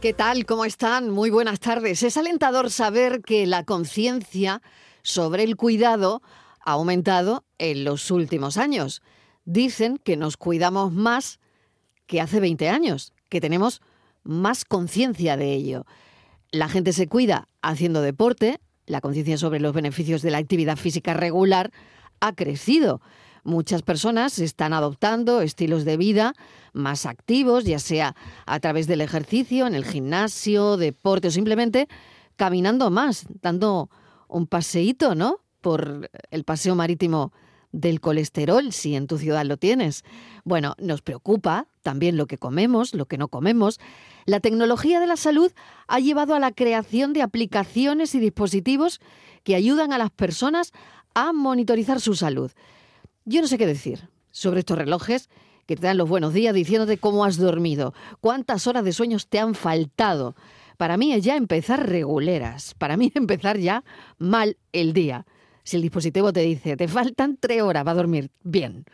¿Qué tal? ¿Cómo están? Muy buenas tardes. Es alentador saber que la conciencia sobre el cuidado ha aumentado en los últimos años. Dicen que nos cuidamos más que hace 20 años, que tenemos más conciencia de ello. La gente se cuida haciendo deporte, la conciencia sobre los beneficios de la actividad física regular ha crecido. Muchas personas están adoptando estilos de vida más activos, ya sea a través del ejercicio, en el gimnasio, deporte o simplemente caminando más, dando un paseíto, ¿no? Por el paseo marítimo del colesterol, si en tu ciudad lo tienes. Bueno, nos preocupa también lo que comemos, lo que no comemos. La tecnología de la salud ha llevado a la creación de aplicaciones y dispositivos que ayudan a las personas a monitorizar su salud. Yo no sé qué decir sobre estos relojes que te dan los buenos días diciéndote cómo has dormido, cuántas horas de sueños te han faltado. Para mí es ya empezar reguleras, para mí es empezar ya mal el día. Si el dispositivo te dice, te faltan tres horas, va a dormir bien.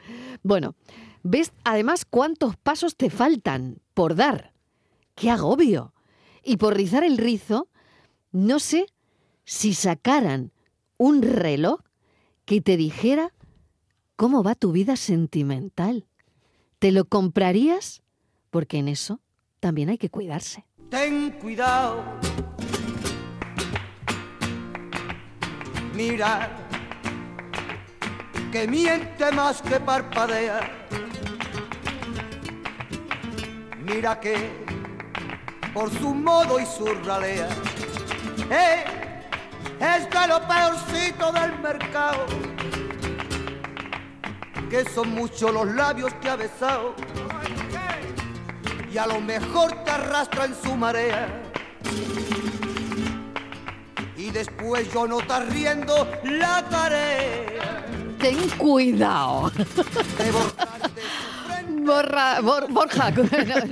Bueno, ves además cuántos pasos te faltan por dar. ¡Qué agobio! Y por rizar el rizo, no sé si sacaran un reloj que te dijera cómo va tu vida sentimental. ¿Te lo comprarías? Porque en eso también hay que cuidarse. Ten cuidado. Mirar que miente más que parpadea. Mira que por su modo y su ralea eh, es de lo peorcito del mercado que son muchos los labios que ha besado y a lo mejor te arrastra en su marea. Y después yo no está riendo la tarea. Ten cuidado. De borrar de su frente Borra, Bor- Borja, no,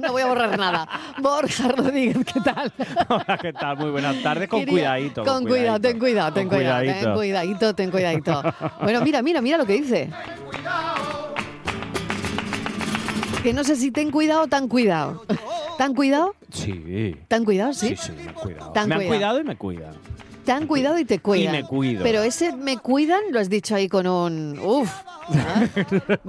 no voy a borrar nada. Borja Rodríguez, ¿qué tal? Hola, ¿qué tal? Muy buenas tardes. Con Quería- cuidadito. Con cuidado, ten cuidado, ten Con cuidado, ten cuidadito. cuidadito, ten cuidadito. Bueno, mira, mira, mira lo que dice. Que no sé si ten cuidado o tan cuidado. ¿Tan cuidado? Sí. ¿Tan cuidado? Sí. Sí, sí, me han cuidado. Tan me han cuidado. cuidado y me cuidan. Tan cuidado y te cuidan. me cuido. Pero ese me cuidan lo has dicho ahí con un... Uf. ¿ah?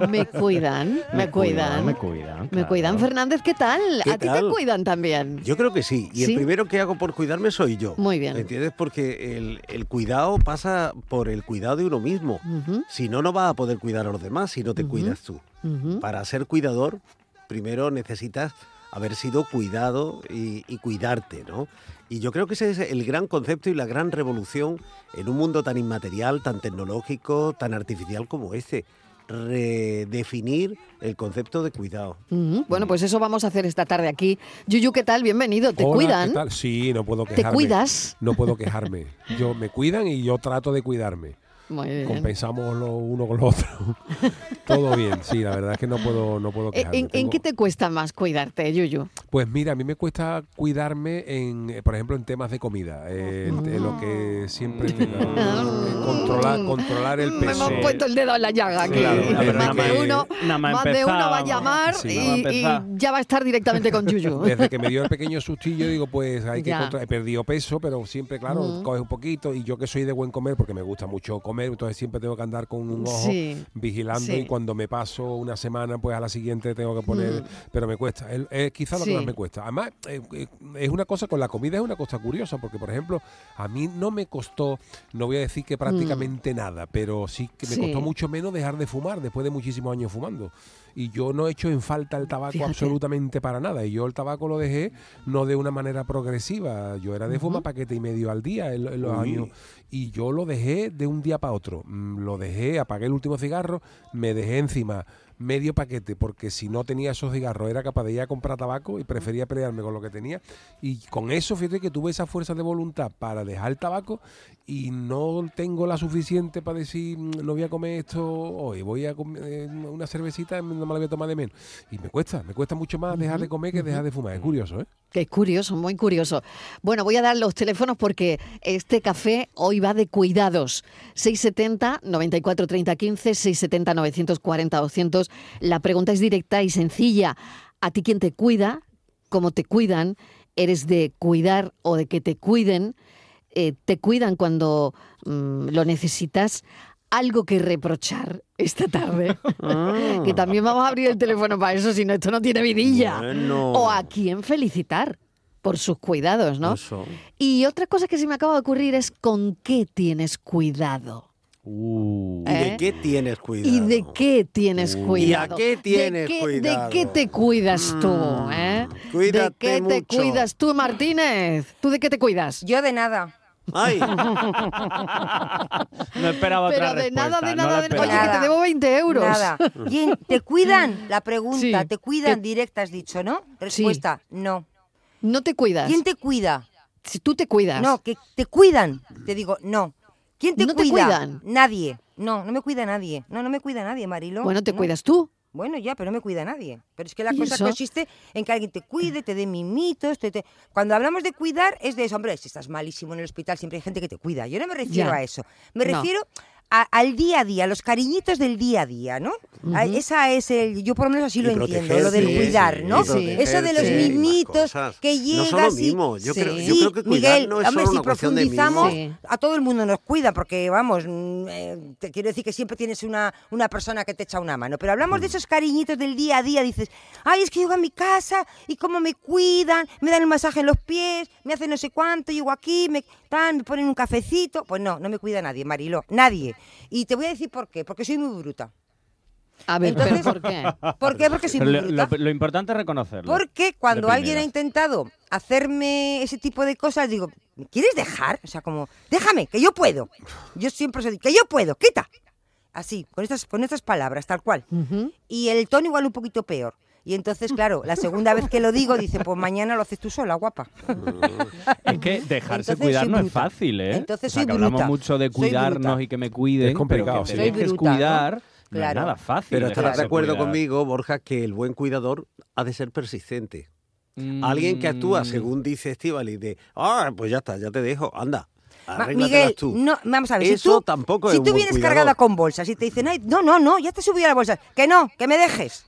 Me cuidan, me, cuidan. Me cuidan. Me claro. cuidan, Fernández, ¿qué tal? ¿Qué ¿A ti te tal? cuidan también? Yo creo que sí. Y ¿Sí? el primero que hago por cuidarme soy yo. Muy bien. ¿Entiendes? Porque el, el cuidado pasa por el cuidado de uno mismo. Ujú, Si no, no vas a poder cuidar a los demás si no te cuidas tú. ujú. Para ser cuidador, primero necesitas haber sido cuidado y, y cuidarte, ¿no? Y yo creo que ese es el gran concepto y la gran revolución en un mundo tan inmaterial, tan tecnológico, tan artificial como este. Redefinir el concepto de cuidado. Ujú. Bueno, pues eso vamos a hacer esta tarde aquí. Yuyu, ¿qué tal? Bienvenido. ¿Te Hola, cuidan? ¿qué tal? Sí, no puedo ¿Te quejarme. cuidas? No puedo quejarme. Yo me cuidan y yo trato de cuidarme. Muy bien. Compensamos lo uno con lo otro. Todo bien, sí, la verdad es que no puedo, no puedo ¿En, quejarme. Eh, en- en Tengo- qué te cuesta más cuidarte, Yuyu? Pues mira, a mí me cuesta cuidarme en, eh, por ejemplo, en temas de comida. eh, en- en lo que siempre tengo, eh, controlar, controlar el Mm. Ah, Me peso. hemos puesto el dedo en la llaga aquí. pues, eh, Claro, Y la verdad más de que- uno, nada más más de uno va a empezamos. llamar Sí, y, nada más y empezar. ya va a estar directamente con Yuyu. Desde que me dio el pequeño sustillo, digo, pues hay que Ya. contra- He perdido peso, pero siempre, claro, coges un poquito. Y yo que soy de buen comer, porque me gusta mucho comer, entonces siempre tengo que andar con un ojo Sí, vigilando. sí. Y cuando me paso una semana, pues a la siguiente tengo que poner. Pero me cuesta, es, es quizá lo Sí. que más me cuesta. Además, eh, eh, es una cosa con la comida, es una cosa curiosa, porque por ejemplo, a mí no me costó, no voy a decir que prácticamente nada, pero sí que me Mm. Sí. costó mucho menos dejar de fumar después de muchísimos años fumando. Y yo no he hecho en falta el tabaco Fíjate. absolutamente absolutamente para nada. Y yo el tabaco lo dejé no de una manera progresiva. Yo era de fuma paquete y medio al día en, lo- en los Uy. años. Y yo lo dejé de un día para otro. Mm, Lo dejé, apagué el último cigarro, me dejé encima medio paquete porque si no tenía esos cigarros era capaz de ir a comprar tabaco y prefería pelearme con lo que tenía y con eso fíjate que tuve esa fuerza de voluntad para dejar el tabaco y no tengo la suficiente para decir "Mm, no voy a comer esto hoy voy a comer eh, una cervecita no me la voy a tomar de menos y me cuesta me cuesta mucho más dejar de comer que dejar de fumar es curioso ¿eh? Qué curioso, muy curioso. Bueno, voy a dar los teléfonos porque este café hoy va de cuidados. 670 94 30 15, 670 940 200. La pregunta es directa y sencilla. ¿A ti quién te cuida? ¿Cómo te cuidan? eres de cuidar o de que te cuiden, eh, te cuidan cuando mm, lo necesitas. Algo que reprochar esta tarde. Ah. que también vamos a abrir el teléfono para eso, si no, esto no tiene vidilla. Bueno. O a quién felicitar por sus cuidados, ¿no? Eso. Y otra cosa que se me acaba de ocurrir es con qué tienes cuidado. Uh, ¿Y ¿Eh? de qué tienes cuidado? ¿Y de qué tienes Uh. cuidado? ¿Y a qué tienes ¿De qué, cuidado? ¿De qué te cuidas tú? Mm, eh? ¿De cuídate qué te mucho. cuidas tú, Martínez? ¿Tú de qué te cuidas? Yo de nada. Ay, no esperaba Pero otra de respuesta. nada, de no la nada, de esperaba. Oye, que te Nada. debo 20 euros. Nada. Bien, ¿te cuidan? La pregunta, Sí. ¿te cuidan ¿Qué- directa has dicho, no? Respuesta, no. No te cuidas. ¿Quién te cuida? Si tú te cuidas. No, que te cuidan. Te digo, no. ¿Quién te No te cuida? cuidan. Nadie. No, no me cuida nadie. No, no me cuida nadie, Marilo. Bueno, te No. cuidas tú. Bueno, ya, pero no me cuida nadie. Pero es que la ¿Y cosa eso? consiste en que alguien te cuide, te dé mimitos. Te, te- Cuando hablamos de cuidar, es de eso. Hombre, si estás malísimo en el hospital, siempre hay gente que te cuida. Yo no me refiero Ya. a eso. Me No. refiero a- al día a día, a los cariñitos del día a día, ¿no? A- Esa es el. Yo por lo menos así Y lo entiendo, protegerse, lo del sí, cuidar, sí, ¿no? y protegerse, Eso de los sí, más mimitos cosas. que No llegas son lo y- mismo. Yo creo- Sí. yo creo que cuidar Miguel, no es hombre, solo si una cuestión de profundizamos, mimos. Sí. a todo el mundo nos cuida, porque vamos, mm, eh, te quiero decir que siempre tienes una, una persona que te echa una mano, pero hablamos de esos cariñitos del día a día, dices, ay, es que llego a mi casa y cómo me cuidan, me dan el masaje en los pies, me hacen no sé cuánto, llego aquí, me, tan, me ponen un cafecito, pues no, no me cuida nadie, Mariló, nadie. Y te voy a decir por qué, porque soy muy bruta. A ver, pero Entonces- ¿por qué? ¿Por qué? Porque soy Pero muy lo, bruta. lo- lo importante es reconocerlo. Porque cuando De alguien ha primeras. intentado hacerme ese tipo de cosas, digo, ¿me quieres dejar? O sea, como, déjame, que yo puedo. Yo siempre soy, que yo puedo, quita. Así, con estas, con estas palabras, tal cual. Ujú. Y el tono igual un poquito peor. Y entonces, claro, la segunda vez que lo digo, dice, pues mañana lo haces tú sola, guapa. Es que dejarse Entonces cuidar soy no es bruta. fácil, ¿eh? o Entonces sea, soy que hablamos bruta. mucho de Soy cuidarnos bruta. y que me cuiden, Es complicado, pero que te sí. dejes Soy bruta, ¿no? cuidar no es Claro. nada fácil. Pero estarás de dejarse acuerdo cuidar. conmigo, Borja, que el buen cuidador ha de ser persistente. Mm. Alguien que actúa según dice Estivali de, ah, pues ya está, ya te dejo, anda. Ma- arréglatelas Miguel, tú. no, vamos a ver, si Eso tú, tampoco es si un tú buen vienes cuidador. cargada con bolsas y te dicen, ay, no, no, no, ya te he subido las bolsas, que no, que me dejes.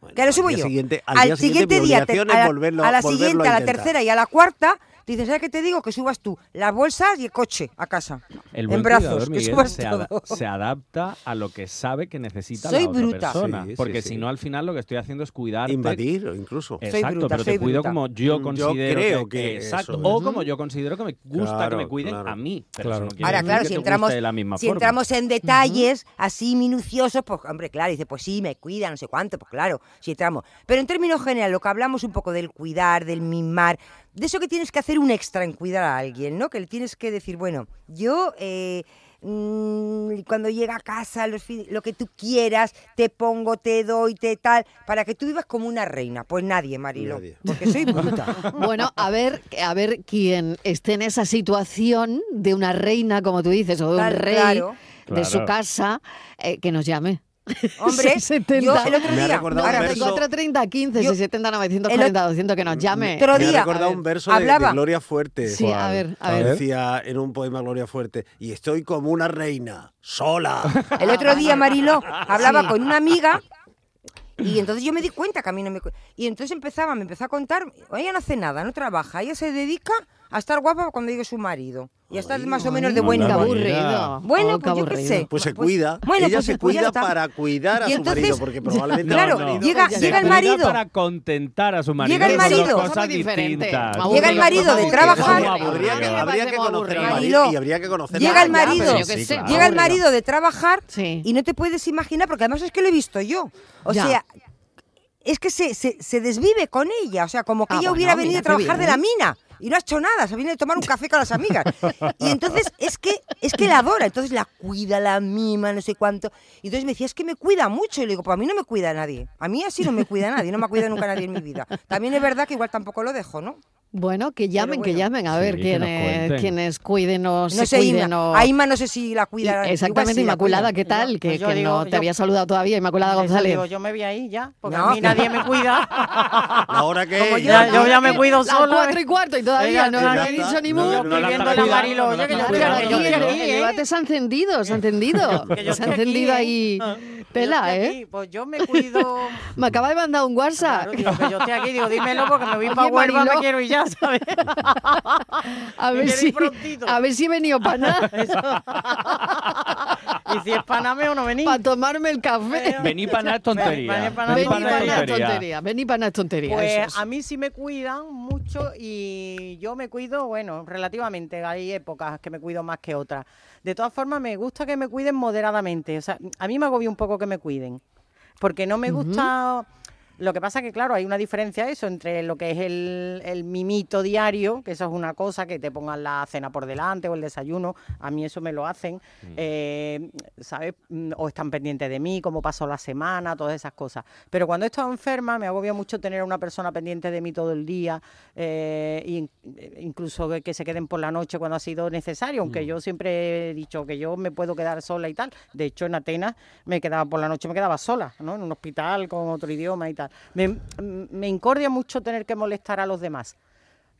Bueno, que lo al subo día yo. siguiente- al día siguiente mi día, te- obligación a es la, volverlo- a volverlo la a siguiente, a, la intentar. tercera y a la cuarta, te dicen, ¿sabes qué te digo? Que subas tú las bolsas y el coche a casa. El buen en brazos, cuidador, que Miguel, subas se, todo. ada- se adapta a lo que sabe que necesita Soy la otra bruta. persona. Sí, sí, porque sí. si no, al final lo que estoy haciendo es cuidarte. Invadir o incluso. Eh, Exacto, bruta, pero te soy cuido bruta. como Mm, yo yo considero eh, creo que exacto, eso o es. como yo considero que me gusta Claro, que me cuiden claro. a mí. Pero eso Claro. no quiere Ahora, decir claro, que si te guste entramos, de la misma si forma. entramos en detalles así minuciosos, pues hombre, claro, dice, pues sí, me cuida, no sé cuánto, pues claro, si entramos. Pero en términos generales, lo que hablamos un poco del cuidar, del mimar, de eso que tienes que hacer un extra en cuidar a alguien, ¿no? Que le tienes que decir, bueno, yo eh, mm, cuando llega a casa, los fin- lo que tú quieras, te pongo, te doy, te tal, para que tú vivas como una reina. Pues nadie, Marilo, Nadie. porque soy bruta. Bueno, a ver, a ver quien esté en esa situación de una reina, como tú dices, o de un Claro, rey claro. de su Claro. casa, eh, que nos llame. Hombre, 670. yo el otro Me ha día, recordado un ahora, verso Mm, 430 15 Yo- 670 940 200 que nos llame. Otro Me ha día, recordado a ver, un verso de- de, hablaba. Gloria Fuerte. Sí, a ver, a A ver. ver. Decía en un poema Gloria Fuerte, y estoy como una reina, sola. El otro día, Mariló, hablaba Sí. con una amiga y entonces yo me di cuenta que a mí no me... cu- Y entonces empezaba, me empezó a contar, ella no hace nada, no trabaja, ella se dedica a estar guapa cuando llegue su marido y a estar más o menos de buen Qué anda, nivel. aburrido. Bueno, Oh, pues yo qué aburrido. sé. Pues se cuida. bueno, Ella pues se pues ya cuida está. para cuidar a Y su entonces- marido, porque probablemente... Claro, el marido- llega, pues ya llega el está. marido. para contentar a su marido. Llega el son dos marido. Cosa Cosas muy diferente. distintas. Aburrido, Llega el marido cosa de muy trabajar. diferente. Habría, A mí me habría parece que muy conocer al aburrido. marido Mariló, y habría que conocer Llega el Ya, ya, marido. pero yo qué Sí, sé, claro. Llega el aburrido. marido de trabajar Sí. y no te puedes imaginar, porque además es que lo he visto yo. O Ya. sea, es que se, se- se desvive con ella. O sea, como que Ah, ella bueno, hubiera venido mira a qué trabajar de bien. ¿eh? la mina y no ha hecho nada. Se viene a tomar un café con las amigas. Y entonces es que, es que la adora. Entonces la cuida, la mima, no sé cuánto. Y entonces me decía, es que me cuida mucho. Y le digo, pues a mí no me cuida nadie. A mí así no me cuida nadie. No me ha cuidado nunca nadie en mi vida. También es verdad que igual tampoco lo dejo, ¿no? Bueno, que llamen, Pero que bueno. llamen a Sí, ver que nos quienes, cuenten. quienes cuiden o No se sé, cuiden Inma. o... A Inma no sé si la Y- cuida. Exactamente, Inmaculada, ¿qué tal? Yo- que pues yo que digo, no te yo- había saludado todavía, Inmaculada Eso González. digo, yo me vi ahí ya, porque No. a mí nadie me cuida. La hora que Pues Como es. yo- ya, yo ya me Las cuido sola. cuatro y cuarto y todavía Ella- no ella le he está- dicho ni no, mu. no, Yo no, estoy la viendo está la cuidando, Mariló, no la oye, que está yo Claro, estoy cuidando. aquí, aquí yo el, estoy aquí, el ¿eh? debate se ha encendido, se ha encendido. Que yo Se ha estoy aquí, encendido ¿eh? ahí Ah. Tela, estoy ¿eh? aquí, Pues yo me cuido. Me acaba de mandar un WhatsApp. Claro, digo que yo estoy aquí, digo, dímelo porque me voy para Oye, Huelva, me Mariló. quiero ir ya, ¿sabes? me a, ver quiero si, ir prontito. a ver si he venido para nada, Y si es panameo no venís. para tomarme el café. Vení para nada es tontería. Vení pa' nada Vení Venid para para las nada tontería. tonterías, vení para las tonterías. eso Pues es. a mí sí me cuidan mucho y yo me cuido, bueno, relativamente. Hay épocas que me cuido más que otras. De todas formas, me gusta que me cuiden moderadamente. O sea, a mí me agobia un poco que me cuiden. Porque no me gusta. Lo que pasa que, claro, hay una diferencia eso entre lo que es el, el mimito diario, que eso es una cosa, que te pongan la cena por delante o el desayuno, a mí eso me lo hacen, eh, ¿sabes? Mm, O están pendientes de mí, cómo pasó la semana, todas esas cosas. Pero cuando he estado enferma me agobia mucho tener a una persona pendiente de mí todo el día, eh, y in- eh, incluso que- que se queden por la noche cuando ha sido necesario, aunque yo siempre he dicho que yo me puedo quedar sola y tal. De hecho, en Atenas me quedaba por la noche, me quedaba sola, ¿no? En un hospital con otro idioma y tal. Me, me incordia mucho tener que molestar a los demás.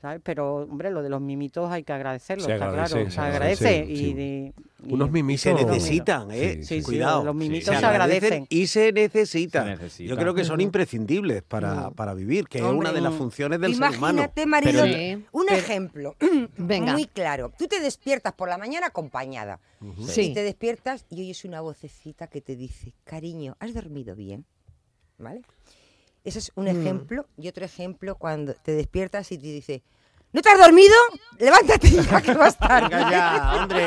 ¿sabes? Pero, hombre, lo de los mimitos hay que agradecerlo, Se está agradece, claro. se Se agradece, agradece. y, sí. de- y- Unos Y mimitos. se necesitan, ¿eh? Sí, sí, sí. Cuidado. Los mimitos se se agradecen. Y se necesitan. Se necesitan. Yo creo que son imprescindibles para, para vivir, que es Hombre, una de las funciones del ser humano. Mm. Imagínate, Mariló, Pero- Sí. un Pero- ejemplo Venga. muy claro. Tú te despiertas por la mañana acompañada. Sí. Y te despiertas y oyes una vocecita que te dice, cariño, ¿has dormido bien? ¿Vale? Ese es Mm. un ejemplo. Y otro ejemplo, cuando te despiertas y te dice, ¿no te has dormido? Levántate ya que vas tarde. Venga ya, Ah, hombre,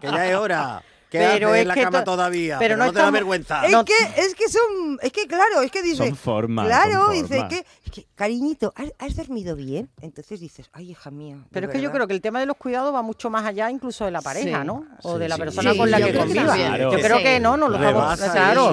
que ya es hora. Quédate Pero es en la que cama to- todavía, pero, pero no, no te da estamos- vergüenza. Es, No. que, es que son, es que claro, es que dice... Son formas, Claro, son dice formas. que, es que, cariñito, ¿has, has dormido bien? Entonces dices, ay, hija mía. de Pero es que yo verdad". creo que el tema de los cuidados va mucho más allá incluso de la pareja, Sí. ¿no? O Sí, de la sí. persona Sí, con la yo que creo que conviva. sí. Yo Sí. creo que no, no lo estamos Rebasa claro, eso,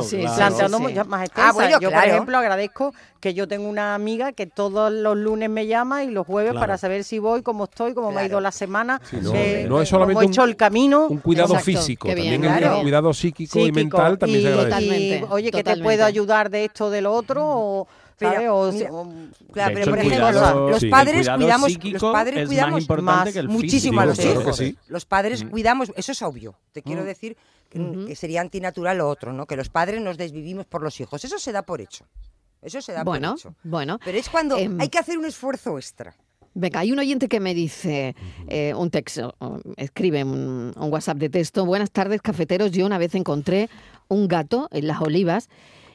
claro. planteando Sí, sí. mu- más extensa. Ah, bueno, yo, claro. por ejemplo, agradezco que yo tengo una amiga que todos los lunes me llama y los jueves Claro. para saber si voy, cómo estoy, cómo me ha ido Claro. la semana, Sí, no, eh, no es solamente cómo he hecho un- el camino. Un cuidado Exacto, físico, qué bien, también un claro. cuidado psíquico, y psíquico, mental también se y- agradece. Total. y, Totalmente, oye, que te totalmente. puedo ayudar de esto, de lo otro, o, Mira, ¿sabes? O- mira, o- Claro, De pero hecho, por el ejemplo, los- cuidado- los, sí. el padres cuidado cuidamos, los psíquico padres es cuidamos más importante más, que el muchísimo a los Claro físico. que hijos. sí. Los padres cuidamos, eso es obvio. Te quiero decir que, que sería antinatural lo otro, ¿no? Que los padres nos desvivimos por los hijos. Eso se da por hecho. Eso se da Bueno, por hecho. bueno. Pero es cuando Em, hay que hacer un esfuerzo extra. Venga, hay un oyente que me dice eh, un texto, um, escribe un, un WhatsApp de texto. Buenas tardes, cafeteros. Yo una vez encontré un gato en las olivas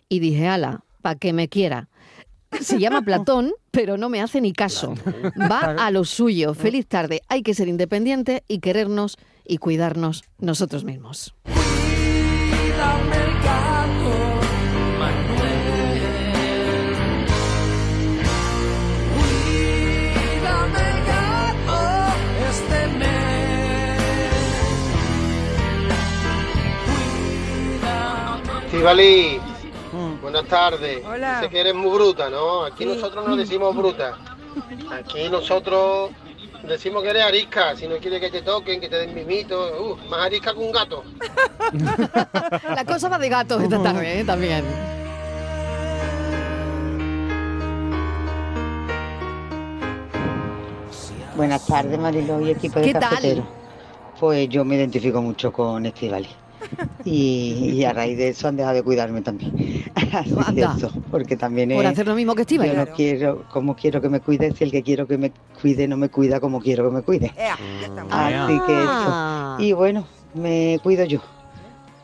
y dije, ala, para que me quiera. Se llama Platón, pero no me hace ni caso. Va a lo suyo. Feliz tarde. Hay que ser independiente y querernos y cuidarnos nosotros mismos. Estivali, Mm. buenas tardes. Hola. Dice que eres muy bruta, ¿no? Aquí nosotros no decimos bruta. Aquí nosotros decimos que eres arisca. Si no quieres que te toquen, que te den mimitos. Uh, más arisca que un gato. La cosa va de gatos esta tarde, ¿eh? también. Buenas tardes, Marilo y equipo de ¿Qué tal? cafetero. Pues yo me identifico mucho con Estivali. Y, y a raíz de eso han dejado de cuidarme también. Así que Anda. eso, porque también Por es- hacer lo mismo que yo Steve. no quiero, como quiero que me cuide, si el que quiero que me cuide no me cuida como quiero que me cuide. Eh, Ea, ya estamos. Ah. Así que eso. Ah. Y bueno, me cuido yo.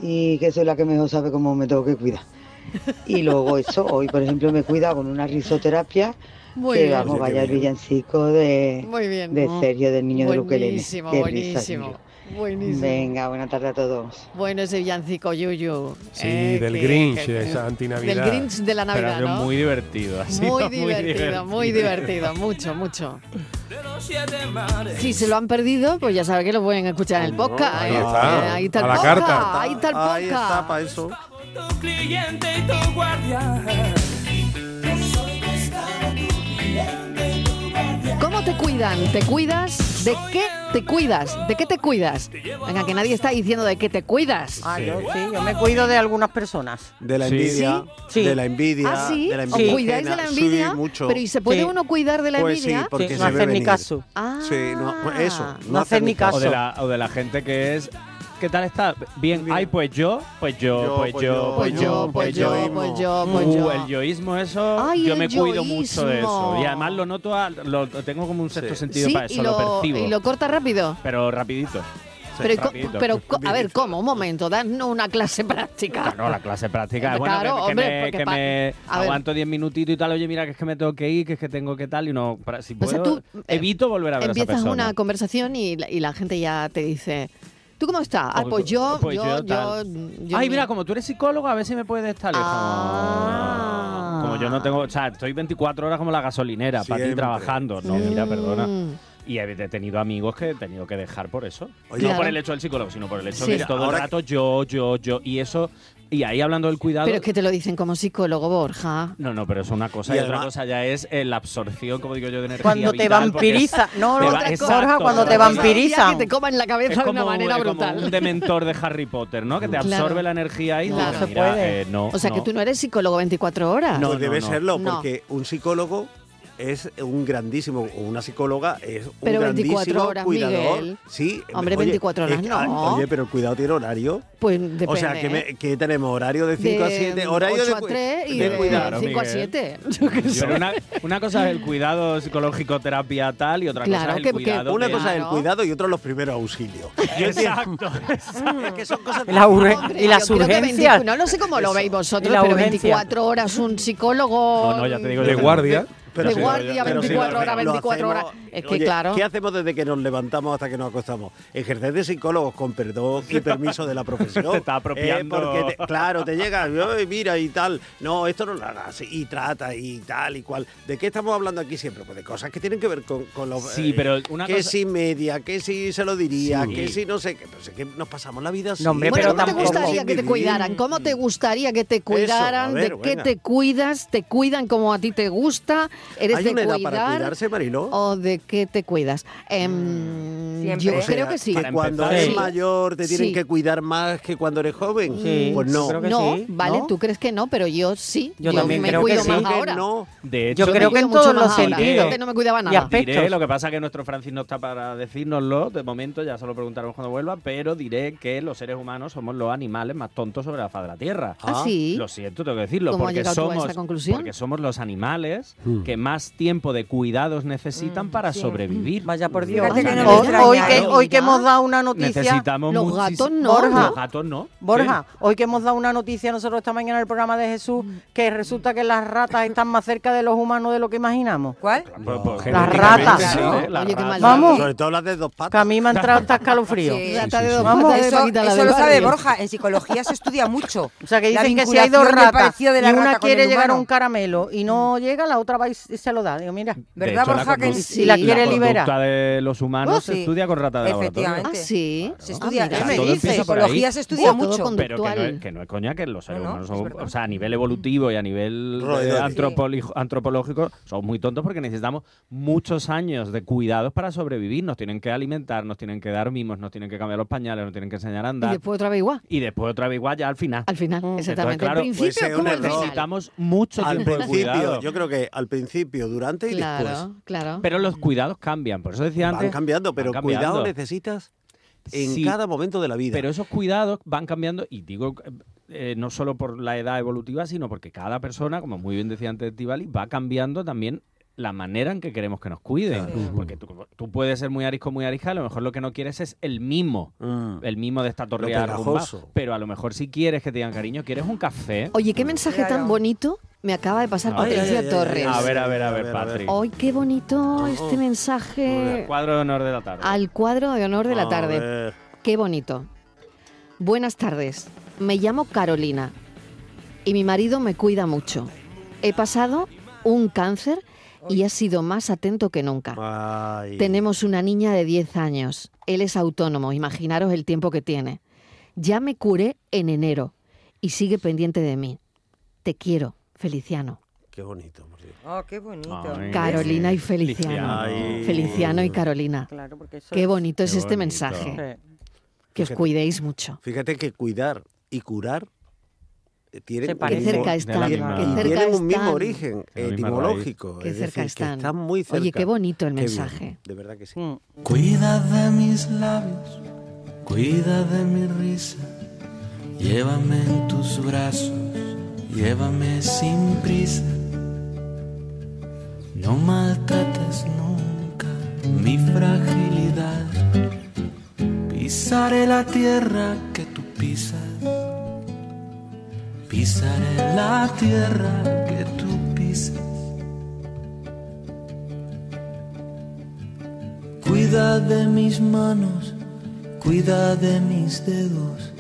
Y que soy la que mejor sabe cómo me tengo que cuidar. Y luego eso, hoy por ejemplo me cuida con una risoterapia, Muy que bien. vamos, Oye, qué vaya el bien. villancico de, Muy bien. de Sergio del Niño de Luquelele. buenísimo, Qué risa, buenísimo. señor. Buenísimo. Venga, buenas tardes a todos. Bueno, ese villancico Yuyu. Sí, eh, del que- Grinch, que- esa antinavidad. Del Grinch de la Pero Navidad, ha sido ¿no? muy divertido. ha sido Muy divertido, muy divertido, mucho, mucho. Si se lo han perdido, pues ya sabe que lo pueden escuchar en el podcast. Oh, Ahí eh, está, ahí está a el la podcast. carta. Ahí está el podcast. Ahí está, para eso. ¿Cómo te cuidan? ¿Te cuidas? ¿De qué te cuidas? ¿De qué te cuidas? Venga, que nadie está diciendo de qué te cuidas. Ah, yo sí, yo me cuido de algunas personas. De la Sí. envidia, Sí. de la envidia, ¿Ah, sí? de la ¿Os envidia. cuidáis de la ajena. envidia? Sí, mucho. Pero ¿y se puede Sí. uno cuidar de la Pues sí, envidia? porque Sí, se no ve hacer ni venir. caso. Ah. Sí, no, pues eso, no, No hacer hacer ni caso. caso. O de, la, o de la gente que es ¿Qué tal está? Bien. Ay, pues yo, pues yo, Yo, pues yo, pues yo, pues yo. pues yo, pues yo. Uh, el yoísmo, eso, Ay, yo el me cuido mucho de eso. yoísmo. Y además lo noto, a- lo tengo como un sexto sentido Sí, para eso, y, lo, lo, percibo. y lo corta rápido. Pero rapidito. pero, y co- rapidito. pero co- a ver, ¿cómo? Un momento, dadnos una clase práctica. Claro, Ah, la clase práctica es bueno, Claro, que, que hombre, me, porque que pa- me a ver. aguanto 10 minutitos y tal, oye, mira que es que me tengo que ir, que es que tengo que tal, y no, para- si O puedo, sea, tú, eh, evito volver a ver a esa Empiezas persona. una conversación y, la- y la gente ya te dice, ¿tú cómo estás? Ah, O- pues yo, pues yo, yo, yo, tal. yo Ay, ni- mira, Ah, como tú eres psicólogo, a ver si me puedes tal. Y es como- Ah. Como yo no tengo, o sea, estoy 24 horas como la gasolinera para ti Siempre. trabajando. No, Sí. mira, perdona. Mm. Y he he tenido amigos que he tenido que dejar por eso. Oye, no Claro. por el hecho del psicólogo, sino por el hecho Sí. de todo Ahora el rato yo, yo, yo. Y eso, y ahí hablando del cuidado. Pero es que te lo dicen como psicólogo, Borja. No, no, pero es una cosa y, Y además- otra cosa ya es eh, la absorción, como digo yo, de energía. Cuando te vital, porque es- vampiriza. No, te no, va- otra exacto, cosa, cuando otra te cosa. Ya que vampirizan. te coman la Es cabeza de como, una manera es como brutal. un dementor de Harry Potter, ¿no? Que te Claro. absorbe la energía y te Claro. dice, No se "Mira, puede". eh, no, o sea, que no". tú no eres psicólogo 24 horas. No, pues debe no. serlo, No. porque un psicólogo es un grandísimo, o una psicóloga es un Pero 24 grandísimo horas, cuidador. Miguel. Sí, Hombre, 24 horas, es- ah, no. Oye, pero el cuidado tiene horario. Pues depende. o sea, que, ¿eh? me- que tenemos horario de 5 a 7, horario ocho de, a cu- 3 y de de cuidado. cuidado, 5 a Miguel. 7. Yo qué sé. Pero una, una cosa es el cuidado psicológico, terapia tal, y otra Claro, cosa es que- el que- cuidado. Una de- cosa es el Claro. cuidado y otra los primeros auxilios. Exacto. es que son cosas La urre- Hombre, y las yo creo que 25 urgencias. no, no sé cómo lo Eso. veis Y vosotros, la pero urgencia. 24 horas un psicólogo. No, no, ya te digo De yo. guardia. de sí, guardia pero sí, 24 lo- horas, lo 24 horas. hacemos. Es que Oye, claro. ¿Qué hacemos desde que nos levantamos hasta que nos acostamos? Ejercer de psicólogos con perdón y permiso de la profesión. Te está apropiando. Eh, porque te- claro, te llega, "Ay, mira y tal. No, esto no lo hagas. Y trata y tal y cual. ¿De qué estamos hablando aquí siempre? Pues de cosas que tienen que ver con, con los. Sí, pero una que cosa- si media, que si se lo diría, Sí. que si no sé qué. Pero sé que nos pasamos la vida así. No, hombre, Bueno, pero ¿cómo te tampoco- gustaría que te Vivir. cuidaran? ¿Cómo te gustaría que te cuidaran? ver, ¿De qué venga. te cuidas? ¿Te cuidan como a ti te gusta? ¿Eres ¿Hay de una edad cuidar? para cuidarse, Mariló? ¿O de qué te cuidas? Em, Mm, siempre. yo O sea, creo que sí. para cuando empezar, eres sí. mayor te tienen Sí. que cuidar más que cuando eres joven. Sí, pues no. creo que No, sí, vale, ¿no? tú crees que no, pero yo sí. Yo también me creo que cuido sí. más Que ahora. no. De hecho, Yo creo me que cuido en mucho todos más los ahora. sentidos. Antes no me cuidaba Y nada. aspectos. diré, lo que pasa es que nuestro Francis no está para decírnoslo de momento, ya se lo preguntaron cuando vuelva, pero diré que los seres humanos somos los animales más tontos sobre la faz de la Tierra. Ah, sí. Lo siento, tengo que decirlo, ¿Cómo has porque llegado tú a somos, esa conclusión? porque somos los animales Mm. que más tiempo de cuidados necesitan para sobrevivir. Vaya por Dios. Fíjate que no me Hoy- extraña, Mm, hoy, que, ¿eh? hoy que Mira. hemos dado una noticia. Necesitamos Los muchis- gatos no. Borja. Los gatos no. Borja, hoy que hemos dado una noticia nosotros esta mañana en el programa de Jesús, que resulta que las ratas están más cerca de los humanos de lo que imaginamos. ¿Cuál? Sí. Pues- pues- Las genéticamente, ratas. sí, Claro. ¿eh? Las Oye, qué ratas. maldad. Vamos. Sobre todo las de dos Que a patas. mí me ha entrado hasta escalofrío. Sí. Rata de sí, dos patas sí. Vamos, de eso Paquita, la eso del lo sabe barrio. Borja. En psicología se estudia mucho. O sea, que La dicen que si hay dos vinculación y el ratas parecido de la y una rata con quiere el llegar a humano. un caramelo y no llega, la otra va y se lo da. Digo, mira, De ¿Verdad, hecho, Borja? Que conducta- sí. la quiere liberar? conducta de los humanos Oh, se sí. estudia con ratas de laboratorio. Efectivamente. Ah, sí. Se estudia. Ah, mira. ¿Qué me Todo dices? En empieza por psicología ahí. se Todo estudia mucho. con- Pero que no, Conductual. es, que no es coña que los seres No, no, humanos es somos, verdad. o sea, a nivel evolutivo y a nivel Roedores. eh, antropoli- antropológico, somos muy tontos porque necesitamos muchos años de cuidados para sobrevivir. Nos tienen que alimentar, nos tienen que dar mimos, nos tienen que cambiar los pañales, nos tienen que enseñar a Y andar. después otra vez igual. Y después otra vez igual ya al final. Al final, Entonces, exactamente. claro, al principio pues, es como es un el error. final. Necesitamos mucho Al tiempo de cuidado. principio, yo creo que al principio, durante y Claro, después. claro. Pero los cuidados cambian, por eso decía Van antes. cambiando, pero van cuidado cambiando. necesitas en Sí, cada momento de la vida. Pero esos cuidados van cambiando, y digo eh, no solo por la edad evolutiva, sino porque cada persona, como muy bien decía antes Tibali, va cambiando también la manera en que queremos que nos cuiden. Porque tú, tú puedes ser muy arisco, muy arisca, a lo mejor lo que no quieres es el mimo, Mm. el mimo de esta Lo torre arrumba, pegajoso. pero a lo mejor si quieres que te digan cariño, quieres un café. Oye, qué mensaje tan Claro. bonito me acaba de pasar Ay, Patricia ay, ay, ay, ay. Torres. A ver, a ver, a ver, A ver, Oh, a ver. Patrick. Hoy qué bonito este mensaje Cuadro de honor de la tarde. al cuadro de honor de la A tarde. ver. Qué bonito. Buenas tardes. Me llamo Carolina y mi marido me cuida mucho. He pasado un cáncer y ha sido más atento que nunca. Ah, Ay. Tenemos una niña de 10 años. Él es autónomo, imaginaros el tiempo que tiene. Ya me curé en enero y sigue pendiente de mí. Te quiero, Feliciano. Qué bonito. por Dios. Oh, qué Ah. bonito. Ay, Carolina y sí. Feliciano. Ay. Feliciano y Carolina. claro, porque eso Qué es- bonito es Qué este bonito. mensaje. Sí. Que os Fíjate. cuidéis mucho. Fíjate que cuidar y curar eh, tienen, Se un Qué parece. mismo- cerca de la están. misma- Qué y cerca tienen un están. mismo De origen la misma etimológico. Qué es cerca decir, que están. están muy cerca. Oye, qué bonito el Qué bien, Mm. mensaje. de verdad que sí. Mm. Cuida de mis labios Cuida de mi risa, llévame en tus brazos, llévame sin prisa. No maltrates nunca mi fragilidad. Pisaré la tierra que tú pisas. Pisaré la tierra que tú pisas. Cuida de mis manos, cuida de mis dedos.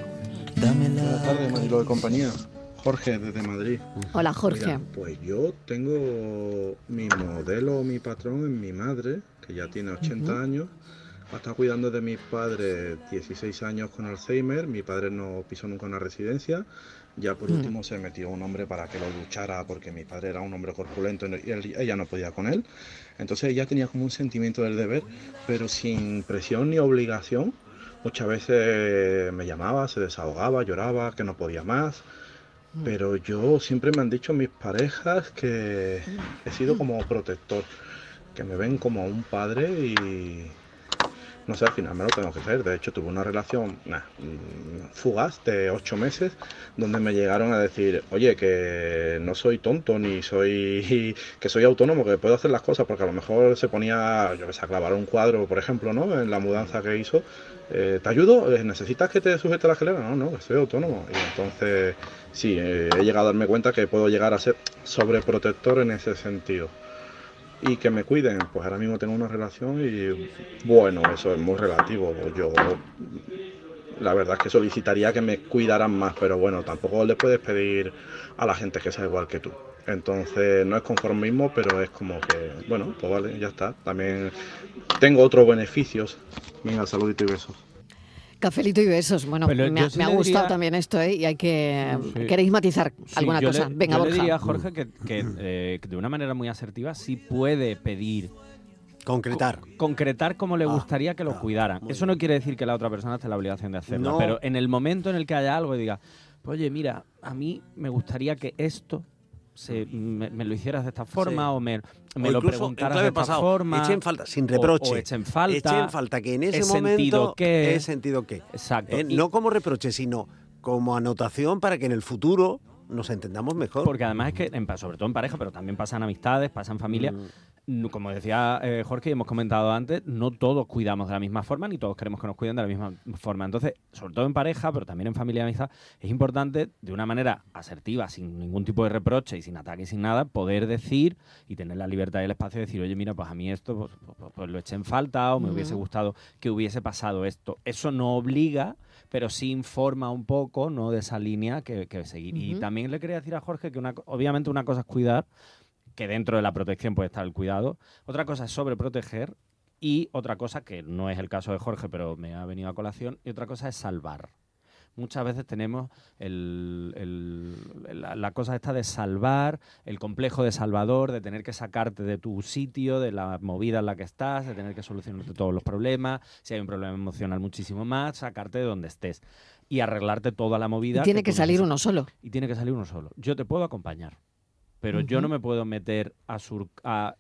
Dame la. Buenas tardes, Mariló de compañía. Jorge, desde Madrid. Hola, Jorge. Mira, pues yo tengo mi modelo, mi patrón en mi madre, que ya tiene 80 Ujú. años. Ha estado cuidando de mis padres 16 años con Alzheimer. Mi padre no pisó nunca una residencia. Ya por Mm. último se metió un hombre para que lo duchara porque mi padre era un hombre corpulento y no- y él- ella no podía con él. Entonces ella tenía como un sentimiento del deber, pero sin presión ni obligación. Muchas veces me llamaba, se desahogaba, lloraba, que no podía más. Pero yo siempre me han dicho mis parejas que he sido como protector, que me ven como un padre y no sé, al final me lo tengo que hacer. De hecho, tuve una relación nah, mm, fugaz de ocho meses donde me llegaron a decir, oye, que no soy tonto ni soy que soy autónomo, que puedo hacer las cosas, porque a lo mejor se ponía, yo que sé, a clavar un cuadro, por ejemplo, ¿no? En la mudanza que hizo. Eh, ¿Te ayudo? Eh, ¿Necesitas que te sujete la escalera? No, no, que soy autónomo. Y entonces, sí, eh, he llegado a darme cuenta que puedo llegar a ser sobreprotector en ese sentido y que me cuiden. Pues ahora mismo tengo una relación y bueno, eso es muy relativo. Yo la verdad es que solicitaría que me cuidaran más, pero bueno, tampoco le puedes pedir a la gente que sea igual que tú. Entonces no es conformismo, pero es como que, bueno, pues vale, ya está. También tengo otros beneficios. Venga, saludito y besos. Cafelito y besos. Bueno, Pero me, yo ha- sí me ha le gustado diría- también esto, ¿eh? Y hay que... Sí. ¿Queréis matizar Sí, alguna yo le- cosa? Venga, yo Borja. Le diría a Jorge que, que, eh, que de una manera muy asertiva sí puede pedir. Concretar. Ah, co- concretar como le gustaría que lo cuidaran. Eso no quiere decir que la otra persona esté en la obligación de hacerlo. No. Pero en el momento en el que haya algo y diga, oye, mira, a mí me gustaría que esto se, me, me lo hicieras de esta forma Sí. o me, me O lo incluso, en preguntaras clave de esta pasado, forma. echen falta, sin o- reproche. O, echen falta. Echen falta, que en ese he momento sentido que- he sentido que. Exacto. Eh, Y- No como reproche, sino como anotación para que en el futuro nos entendamos mejor. Porque además es que, en pa- sobre todo en pareja, pero también pasan amistades, pasan familia. Mm. No- Como decía eh, Jorge y hemos comentado antes, no todos cuidamos de la misma forma, ni todos queremos que nos cuiden de la misma forma. Entonces, sobre todo en pareja, pero también en familia y amistad, es importante, de una manera asertiva, sin ningún tipo de reproche y sin ataque y sin nada, poder decir y tener la libertad y el espacio de decir, oye, mira, pues a mí esto pues, pues- pues- pues lo eché en falta o me Mm. Ujú. hubiese gustado que hubiese pasado esto. Eso no obliga, pero sí informa un poco ¿no? de esa línea que, que seguir. Y Ujú. también le quería decir a Jorge que una, co- obviamente una cosa es cuidar, que dentro de la protección puede estar el cuidado. Otra cosa es sobreproteger y otra cosa, que no es el caso de Jorge, pero me ha venido a colación, y otra cosa es salvar. Muchas veces tenemos el- el- la, la cosa esta de salvar, el complejo de salvador, de tener que sacarte de tu sitio, de la movida en la que estás, de tener que solucionarte todos los problemas, si hay un problema emocional muchísimo más, sacarte de donde estés y arreglarte toda la movida. Y tiene que tú salir necesitas uno solo. y tiene que salir uno solo. Yo te puedo acompañar, pero yo Ujú. no me puedo meter a, sur- a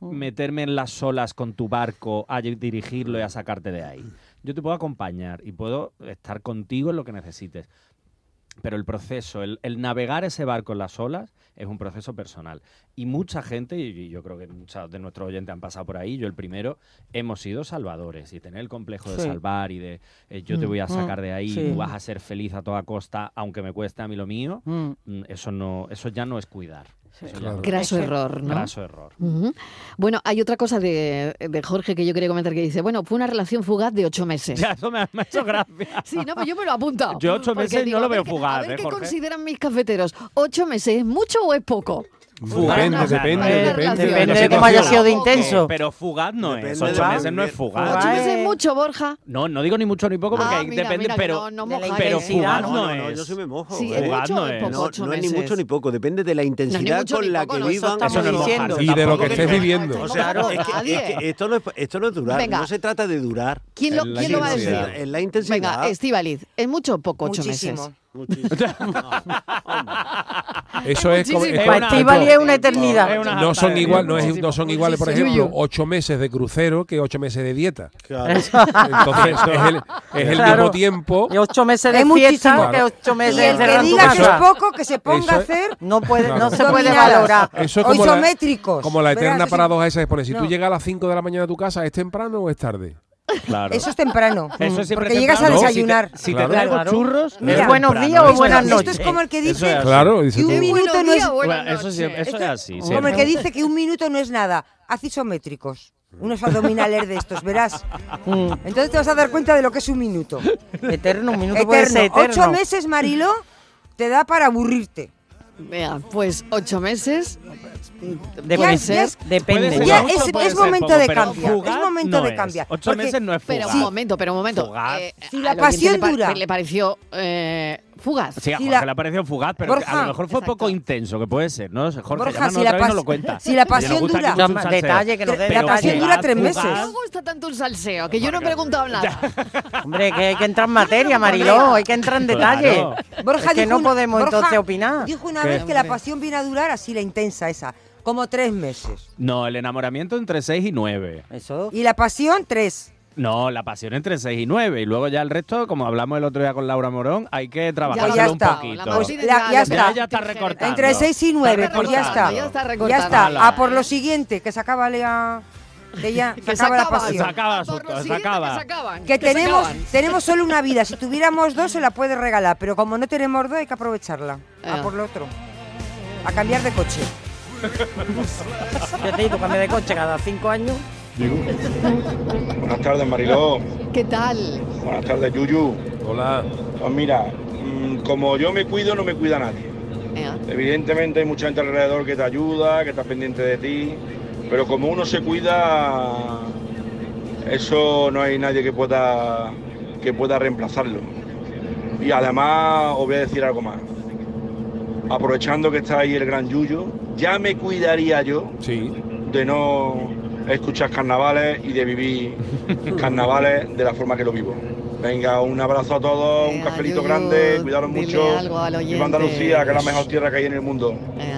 Oh. meterme en las olas con tu barco, a ll- dirigirlo y a sacarte de Mm. ahí. Yo te puedo acompañar y puedo estar contigo en lo que necesites. Pero el proceso, el, el navegar ese barco en las olas, es un proceso personal. Y mucha gente, y yo creo que muchos de nuestros oyentes han pasado por ahí, yo el primero, hemos sido salvadores. Y tener el complejo de Sí. salvar y de eh, yo te Mm, voy a mm, sacar de ahí, sí. tú vas a ser feliz a toda costa, aunque me cueste a mí lo mío, Mm. mm, eso no, eso ya no es cuidar. Eso ya Claro. no es- Graso error, ¿no? Graso error. Ujú. Bueno, hay otra cosa de, de Jorge que yo quería comentar que dice, bueno, fue una relación fugaz de ocho meses. Ya, eso me ha, me ha hecho gracia. Sí, no, pues yo me lo he apuntado. Yo ocho Porque meses no digo, a lo ver veo qué- fugaz, A ver ¿eh, qué Jorge? consideran mis cafeteros. ¿Ocho meses, ¿es mucho o es poco? Fugaz. Depende, Para una- depende, para una depende. relación. Depende de cómo haya sido de intenso. Eh, Pero fugaz no es. Depende Ocho de- meses no es fugaz. Ocho meses eh, es mucho, Borja. No, no digo ni mucho ni poco porque Ah, ahí mira, depende, mira, que pero, no- no mojáis. pero fugaz Intensidad, ¿no? no, No, es. no, yo sí me mojo. Sí, es Fugaz mucho no o es es. poco, No, ocho no es ni meses. mucho ni poco, depende de la intensidad mucho ni con la poco, que no, eso vivan. estamos Eso no es mojarse diciendo. Y de lo que Tampoco estés viviendo. O sea, Claro, es que- es nadie. que esto no es, esto no es durar, Venga. no se trata de durar. ¿Quién lo, Es la quién lo va a decir? intensidad, Es la intensidad. Venga, Estivaliz, ¿es mucho o poco ocho Muchísimo. meses? Eso es como- Muchísimo. es Para como- Estíbali es una eternidad. No, Es una No jata, son es igual, no, es- muchísimo. no son iguales, por Muchísimo. ejemplo, ocho meses de crucero que ocho meses de dieta. Claro. Entonces es el, es el Claro. mismo tiempo. Y ocho meses de Es fiesta, muchísimo. que ocho meses Y el que encerrado en tu diga que es casa. poco, que se ponga a Eso es- hacer. No puede, no Claro. se puede Dominadas. valorar. Eso es Hoy como son la, métricos. Como la ¿verdad? eterna Eso sí. paradoja esa es poner, si No. tú llegas a las 5 de la mañana a tu casa, ¿es temprano o es tarde? Claro. Eso es temprano. Eso siempre porque llegas a temprano. desayunar. Si te, si te Claro. traigo Claro. churros, Mira, es buenos temprano, días o es buenas temprano. Esto es como el que Eso dice es así. Claro, dices que un tú. minuto Buenos no es días, buenas Bueno, eso, noches. siempre- eso es así. Como el siempre. que dice que un minuto no es nada. Haz isométricos. Unos abdominales de estos, verás. Entonces te vas a dar cuenta de lo que es un minuto. Eterno, un minuto puede Eterno. ser eterno. Ocho meses, Marilo, te da para aburrirte. Vea, pues ocho meses. Depende. puede Ya- ser. ya- Depende. Puede ser Ya mucho, es, puede es ser momento poco, de pero cambiar. fugaz Es momento no de es. cambiar. Ocho Porque meses no es fugaz. Pero un momento, pero un momento. Eh, Fugaz. Si la al oyente pasión le pa- dura. Le pareció eh, fugaz. Sí, a Si Jorge la- le ha parecido fugaz, pero Borja, a lo mejor fue exacto. poco intenso, que puede ser, ¿no? Jorge, Borja, llámanos si otra la vez y pas- nos lo cuenta. si la Que nos pasión gusta aquí dura- mucho un salseo. Detalle que nos den. Pero La pasión fugaz, dura tres meses. No me gusta tanto un salseo, que yo no he preguntado nada. Hombre, que hay que entrar en materia, Mariló, hay que entrar en detalle. Claro. Borja Es que dijo no una- podemos Borja entonces opinar. Dijo una ¿Qué? vez que la pasión viene a durar así, la intensa esa, como tres meses. No, el enamoramiento entre 6 y 9. Eso. Y la pasión, tres. No, la pasión entre 6 y 9. Y luego ya el resto, como hablamos el otro día con Laura Morón, hay que trabajarlo ya un está. poquito. La Martínez Ya- ya lo está. tiene Ya está tiene- recortando. Entre Claro. seis y nueve, pues ya recortando, está. Ya está Ya recortando. está. A por lo los siguiente, que se acaba la. Que ya se que acaba la Se pasión. acaba, A por su- lo se siguiente acaba. Que, se acaban, Que que se tenemos, acaban. tenemos solo una vida. Si tuviéramos dos, se la puedes regalar. Pero como no tenemos dos, hay que aprovecharla. Ah. A por lo otro. A cambiar de coche. Yo te digo, cambia de coche cada cinco años. Buenas tardes, Mariló. ¿Qué tal? Buenas tardes, Yuyu. Hola. Pues mira, mm, como yo me cuido, no me cuida nadie. Eh, Evidentemente hay mucha gente alrededor que te ayuda, que está pendiente de ti, pero como uno se cuida, eso no hay nadie que pueda, que pueda reemplazarlo. Y además os voy a decir algo más. Aprovechando que está ahí el gran Yuyo, ya me cuidaría yo Sí. de no escuchar carnavales y de vivir carnavales de la forma que lo vivo. Venga, un abrazo a todos, un Venga, cafelito Yuyu, grande, cuidaros dile mucho. algo al Y oyente. Andalucía, que es la mejor tierra que hay en el mundo. eh.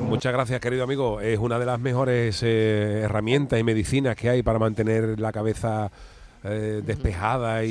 Muchas gracias, querido amigo. Es una de las mejores eh, herramientas y medicinas que hay para mantener la cabeza eh, despejada y,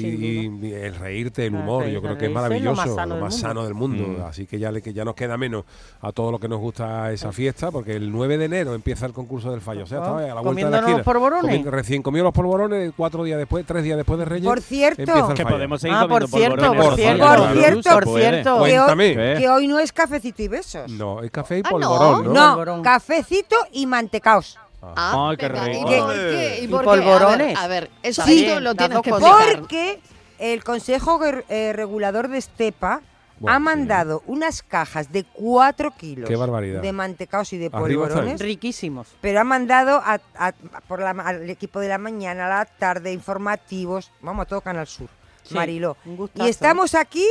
y el reírte, el Ah, humor. reír- Yo creo que es reírse es lo maravilloso, más sano lo más, del mundo. Mm. sano del mundo. Así que ya, le, que ya nos queda menos a todo lo que nos gusta esa fiesta, porque el 9 de enero empieza el concurso del fallo. O sea, Ah, estaba a la vuelta de la comiéndonos esquina. polvorones. Comiendo- recién comió los polvorones, cuatro días después, tres días después de Reyes. Por cierto. empieza el Que fallo. podemos seguir Ah, por comiendo cierto, polvorones, por ¿no? cierto, Claro, por Yuyu, cierto, se por puede. ¿Eh? cierto. Que hoy- Cuéntame. Que, hoy, no es cafecito y besos. No, es café y Ah, polvorón, ¿no? No, Polvorón. cafecito y mantecaos. Ah, Ay, qué venga, ¿Y rico. por qué? ¿Y Y por qué? polvorones. A ver, a ver, eso Sí, esto lo las tienes dos que cosas. explicar. Porque el Consejo Ger- eh, Regulador de Estepa Bueno, ha sí. mandado unas cajas de 4 kilos Qué barbaridad. de mantecaos y de Arriba está polvorones. Riquísimos. Pero ha mandado a- a- por la ma- al equipo de la mañana, a la tarde, informativos, vamos a todo Canal Sur, Sí, Mariló. un gustazo. Y estamos aquí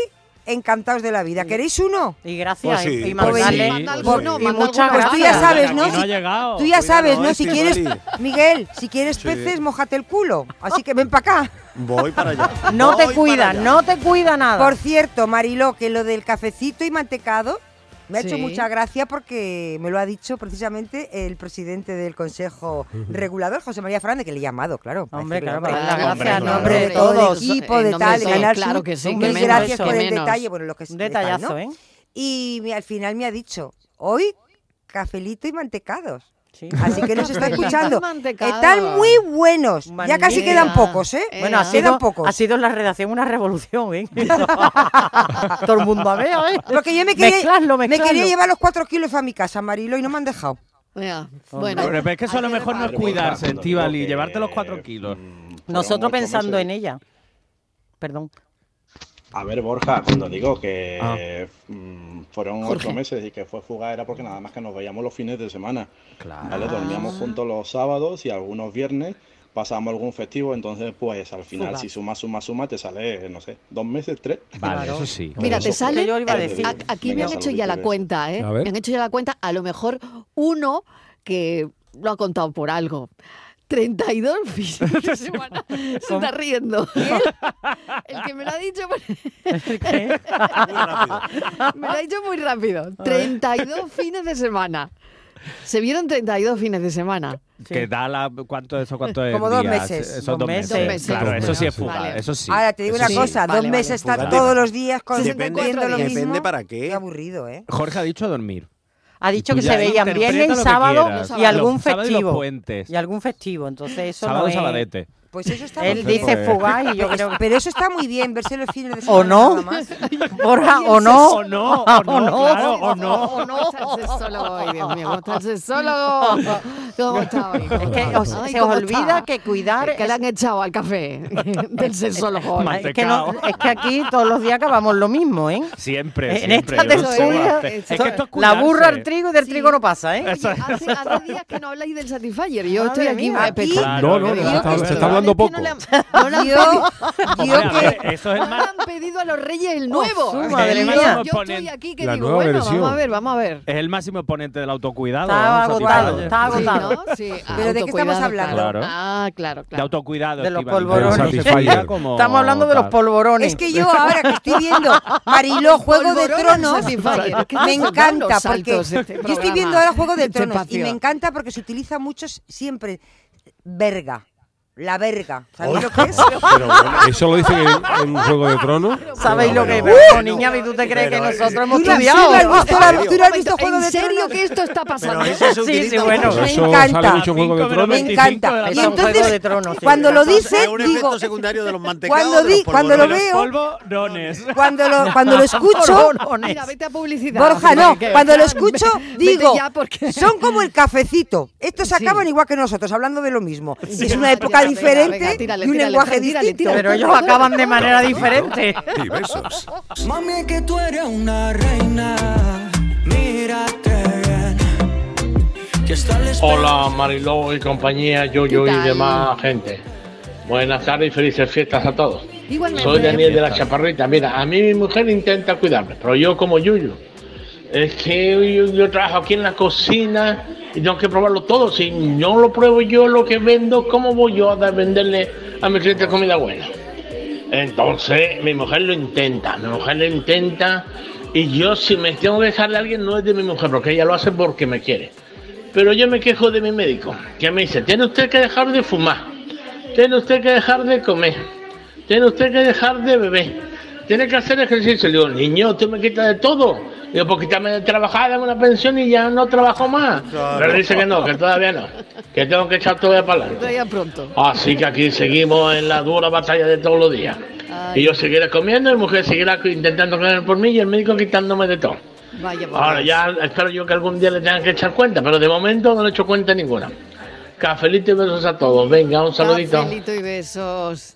encantados de la vida. ¿Queréis uno? Y gracias. Pues sí, y- y pues mandarle. sí, pues Manda alguno, Y manda muchas alguno. Pues tú ya gracias. sabes, Aquí ¿no? no ha Si- llegado. Tú ya Cuidado, sabes, ¿no? eh, Si quieres, Estivali. Miguel, si quieres peces, mojate el culo. Así que ven para acá. Eh, Voy para allá. No Voy te para cuida, allá. no te cuida nada. Por cierto, Mariló, que lo del cafecito y mantecado me ha Sí. hecho mucha gracia porque me lo ha dicho precisamente el presidente del Consejo Regulador, José María Fernández, que le he llamado, claro. para Hombre, decirle, claro, para darle las hombre, gracias en a nombre de nombre de todo todos, el equipo en de nombre tal, de de todos, Canal claro Sur. que sí, Mil que menos gracias eso. por el Menos. detalle, bueno, lo que es Un de tal, detallazo, ¿no? ¿eh? Y me- al final me ha dicho, hoy cafelito y mantecados. Sí. Así que nos está Cafelito y escuchando. mantecado. Están muy buenos. Ya casi Magnífico. quedan pocos, ¿eh? Eh, Bueno, ha Era. sido, quedan pocos. ha sido en la redacción una revolución, ¿eh? Todo el mundo a ver, a ver. Porque yo me quería, Mezclarlo, me mezclarlo. quería llevar los cuatro kilos a mi casa, Marilo, y no me han dejado. Mira, bueno, Pero es que eso a lo Hay que mejor no es repartir. cuidarse, Yo creo Estíbal, y que- llevarte los cuatro kilos. Nosotros pensando en ella. Perdón. A ver, Borja, cuando digo que Ah. mm, fueron Jorge. ocho meses y que fue fugaz era porque nada más que nos veíamos los fines de semana. Claro. ¿vale? Ah. Dormíamos juntos los sábados y algunos viernes pasábamos algún festivo, entonces pues al final Fugaz. si suma, suma, suma te sale, no sé, dos meses, tres. Vale, Claro. eso sí. mira, Eso te es lo sale. que yo iba a decir. a- Aquí me Venga, han hecho ya la saluditos. cuenta, ¿eh? A ver. Me han hecho ya la cuenta. A lo mejor uno que lo ha contado por algo. 32 fines de semana. Se está riendo. El que me lo ha dicho. me lo ha dicho muy rápido. 32 fines de semana. Se vieron 32 fines de semana. Que da la, ¿cuánto, eso, cuánto es Como dos días? meses. Esos dos meses. Claro, Dos eso sí es meses. fuga, eso sí. Ahora te digo una Sí. cosa, dos meses está Fuga. todos los días con Depende- comiendo lo depende mismo. para qué. Qué aburrido, ¿eh? Jorge ha dicho dormir. Ha dicho tú que ya se veían interpreta viernes lo y que sábado quieras. y Los algún sábados y los festivo. puentes. Y algún festivo, entonces eso Sábado, no es... sabadete. Pues eso está Él muy bien. dice pues, fugaz y yo Pero- creo que- Pero eso está muy bien, verse los fines de semana. ¿O no? nada más. Borja, ¿o no? O no, o no, claro, o no. ¿Cómo está el sexólogo hoy, Dios mío? ¿Cómo está el sexólogo? ¿Cómo está hoy? Es que os- Ay, se os ¿cómo olvida está? que cuidar... Que le han echado al café del sexólogo. hoy. Mate- Es que, no- Mantecao. es que aquí todos los días acabamos lo mismo, ¿eh? Siempre, En siempre. esta yo no sé cómo tertulia, hacer. Es esto- que esto es la burra cuidarse. al trigo y del Sí. trigo no pasa, ¿eh? Oye, hace, hace días que no habláis del Satisfyer. Yo Madre estoy aquí mía. muy pecho. Claro, No, no, es se verdad, está- es se está verdad. hablando Es poco. que no le han- no le han Yo, Hombre, yo a que... ver, eso es No el le más... han pedido a los Reyes el nuevo. su madre yo, mía. Yo estoy aquí que La digo, nueva bueno, versión. vamos a ver, vamos a ver. Es el máximo exponente del autocuidado. Estaba vamos a agotado, tirarle. estaba agotado. Sí, ¿no? Sí, Pero ¿de qué estamos autocuidado, hablando? Claro. claro. Ah, claro, De claro. autocuidado. De los Estíbaliz. polvorones. Del Satisfyer. Satisfyer como Estamos hablando de los tal. polvorones. Es que yo ahora que estoy viendo Mariló Juego de Polvorón Tronos, Satisfyer. Es que me están dando encanta porque saltos este yo estoy programa, viendo ahora Juego de este Tronos y espacio. me encanta porque se utiliza mucho s- siempre verga, la verga. ¿Sabéis Oye, lo que es? Pero bueno, eso lo dicen en, en Juego de Tronos. ¿Sabéis lo que es? Pero, Pero, pero, niña, ¿y tú te crees que pero, nosotros hemos ¿Tú no, estudiado? has visto, la- ¿En tú no has visto Juego ¿En de serio Tronos? que esto está pasando? Pero eso se Sí, sí, utiliza bueno. mucho. Pero Me eso sale encanta. mucho en Juego de Cinco Tronos. Me 25 de encanta. la Y tarde. entonces, Juego de Tronos, sí. cuando lo Es dicen, un digo, efecto secundario de los mantecados. cuando, de di, los cuando lo Los polvorones. veo, polvorones. cuando lo, cuando lo escucho, Mira, vete a publicidad. Borja, no, Porque- cuando lo Fran, escucho, ve- digo, vete ya porque- son como el cafecito. Estos Sí. acaban igual que nosotros, hablando de lo mismo. Sí. Es una Ah, época venga, diferente venga, tírale, y un tírale, lenguaje Fran, tírale, distinto. tírale. Pero ellos acaban de manera diferente. Y besos. Mami, es que tú eres una reina. Mírate bien. Que está el Hola Mariló y compañía, yo, yo ¿Qué y tal? demás gente. Buenas tardes y felices fiestas a todos. Igualmente. Soy Daniel de la Chaparrita. Mira, a mí mi mujer intenta cuidarme, pero yo como Yuyu. Es que yo, yo trabajo aquí en la cocina y tengo que probarlo todo. Si no lo pruebo yo lo que vendo, ¿cómo voy yo a dar- venderle a mi cliente comida buena? Entonces, mi mujer lo intenta, mi mujer lo intenta. Y yo, si me tengo que dejarle a alguien, no es de mi mujer, porque ella lo hace porque me quiere. Pero yo me quejo de mi médico, que me dice: Tiene usted que dejar de fumar, tiene usted que dejar de comer, tiene usted que dejar de beber, tiene que hacer ejercicio. Le digo: Niño, tú me quitas de todo. Le digo: Pues quítame de trabajar, dame una pensión y ya no trabajo más. Pero dice que no, que todavía no, que tengo que echar todavía para adelante. Traigan pronto. Así que aquí seguimos en la dura batalla de todos los días. Ay. Y yo seguiré comiendo y mi mujer seguirá intentando comer por mí y el médico quitándome de todo. Vaya, por Ahora Dios. ya espero yo que algún día le tengan que echar cuenta, pero de momento no le he hecho cuenta ninguna. Cafelito y besos a todos. Venga, un saludito. Cafelito y besos.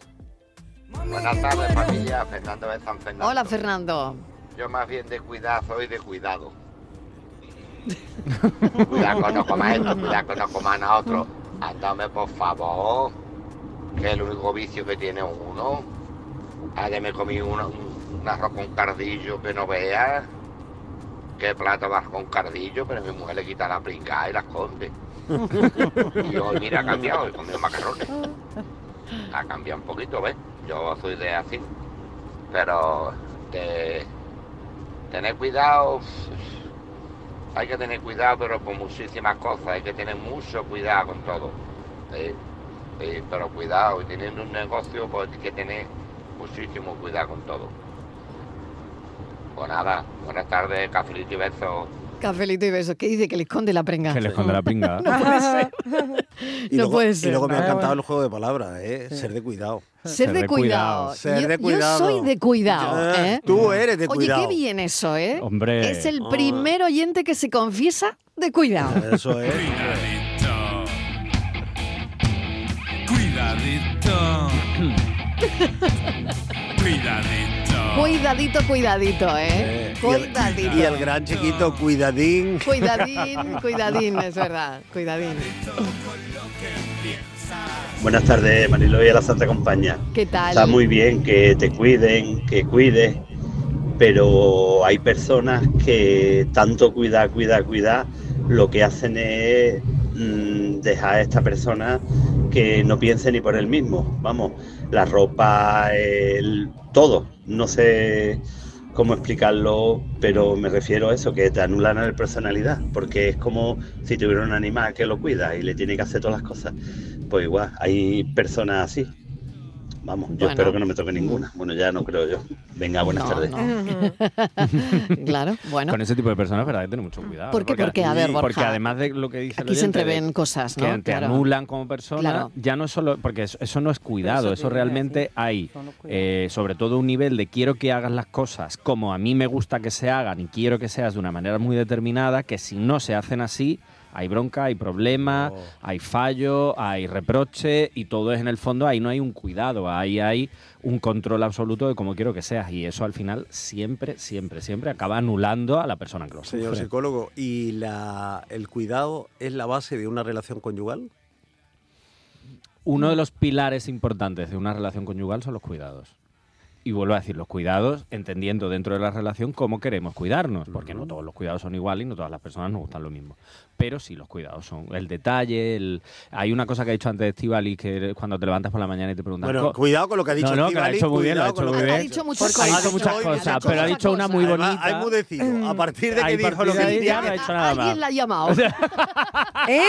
Buenas tardes, familia. Fernando de San Fernando. Hola, Fernando. Yo más bien de cuidado soy de cuidado. cuidado que no comas esto, cuidado que no comas a otro. Ándame, por favor. Que es el único vicio que tiene uno. Ayer Ah, me comí una- un, un arroz con cardillo que no veas. Qué plato más con cardillo, pero a mi mujer le quita la pringada y la esconde. y hoy, mira, ha cambiado, he comido macarrones. Ha cambiado un poquito, ¿ves? Yo soy de así. Pero de tener cuidado, hay que tener cuidado, pero con muchísimas cosas, hay que tener mucho cuidado con todo. ¿eh? Eh, pero cuidado, y teniendo un negocio, pues hay que tener muchísimo cuidado con todo. Pues nada, buenas tardes, cafelito y besos. Cafelito y besos. ¿Qué dice? Que le esconde la prenga. Que le esconde la pinga. Y No luego, puede Y ser. luego me ha Ah, encantado bueno. el juego de palabras, ¿eh? Ser de cuidado. Ser de cuidado. Ser yo, de yo cuidado. soy de cuidado. Ya, ¿eh? Tú eres de Oye, cuidado. Ah. qué bien eso, ¿eh? Hombre. Es el primer oyente que se confiesa de cuidado. Eso es. Cuidadito. Cuidadito. Cuidadito. Cuidadito, cuidadito, ¿eh? Eh, y el- Cuidadito. Y el gran chiquito, cuidadín. Cuidadín, cuidadín, es verdad. Cuidadín. Buenas tardes, Marilo y a la Santa Compañía. ¿Qué tal? Está muy bien que te cuiden, que cuides, pero hay personas que tanto cuidar, cuidar, cuidar, lo que hacen es mm, dejar a esta persona que no piense ni por él mismo. Vamos, la ropa, el todo. No sé cómo explicarlo, pero me refiero a eso, que te anulan a la personalidad, porque es como si tuviera un animal que lo cuida y le tiene que hacer todas las cosas. Pues igual, hay personas así. Vamos, yo Bueno. espero que no me toque ninguna. Bueno, ya no creo yo. Venga, buenas No, tardes. no. claro, bueno. Con ese tipo de personas, verdad, que tener mucho cuidado. Mm. ¿Por qué? Porque, a ver, Borja, Porque además de lo que dice el aquí se oyente de entreven cosas, ¿no? Que te Claro. anulan como persona, Claro. ya no es solo. Porque eso, eso no es cuidado, Eso eso, te iba a realmente hay, eh, sobre todo, un nivel de quiero que hagas las cosas como a mí me gusta que se hagan y quiero que seas de una manera muy determinada, que si no se hacen así. Hay bronca, hay problema, hay fallo, hay reproche y todo es en el fondo, ahí no hay un cuidado, ahí hay un control absoluto de cómo quiero que seas y eso al final siempre, siempre, siempre acaba anulando a la persona que lo Señor sufre. psicólogo, ¿y la, el cuidado es la base de una relación conyugal? Mm. Uno de los pilares importantes de una relación conyugal son los cuidados. Y vuelvo a decir, los cuidados, entendiendo dentro de la relación cómo queremos cuidarnos, porque no todos los cuidados son iguales y no todas las personas nos gustan lo mismo. Pero sí, los cuidados son el detalle, el... hay una cosa que ha dicho antes Estivali, que cuando te levantas por la mañana y te preguntan... Bueno, "Co-". cuidado con lo que ha dicho No, no, que lo ha Estíbaliz, dicho muy bien, lo ha hecho cuidado con lo muy que bien. ha dicho. Ha dicho muchas cosas, pero ha dicho una muy Además, bonita. Hay muy decido. A partir de Ahí que partió dice- de ahí, ya no ha hecho nada más. ¿Quién la ha llamado? ¿Eh?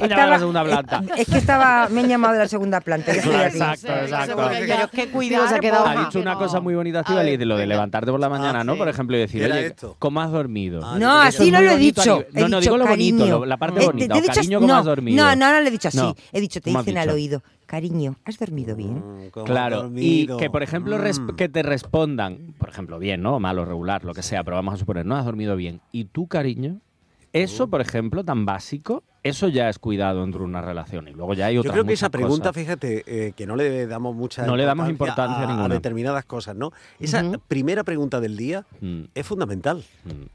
Llama a la segunda planta. Es que estaba, me han llamado de la segunda planta. yo estoy aquí. Exacto, exacto. que Digo, se ha quedado ha dicho una cosa muy bonita, Estivali, de lo de levantarte Ah, por la mañana, ¿no? Por ejemplo, y decir, Era oye, ¿cómo has dormido? No, Eso así es no muy lo he bonito dicho. a nivel- He No, no, dicho digo lo bonito, cariño. lo- la Eh, parte te- bonita. te he o dicho- cariño, ¿cómo no, has dormido? No, no, no lo he dicho así. No. He dicho, te ¿Cómo has dicen al dicho? Mm, oído, cariño, ¿has dormido bien? Claro, y que por ejemplo res- Mm. que te respondan, por ejemplo, bien, ¿no? Malo, regular, lo que sea, pero vamos a suponer, no has dormido bien. ¿Y tú, cariño? Oh. Eso, por ejemplo, tan básico, eso ya es cuidado entre una relación. Y luego ya hay Yo otra creo que esa pregunta, fíjate, eh, que no le damos mucha No le damos importancia a- a, ninguna. determinadas cosas, ¿no? Esa primera pregunta del día Mm. es fundamental.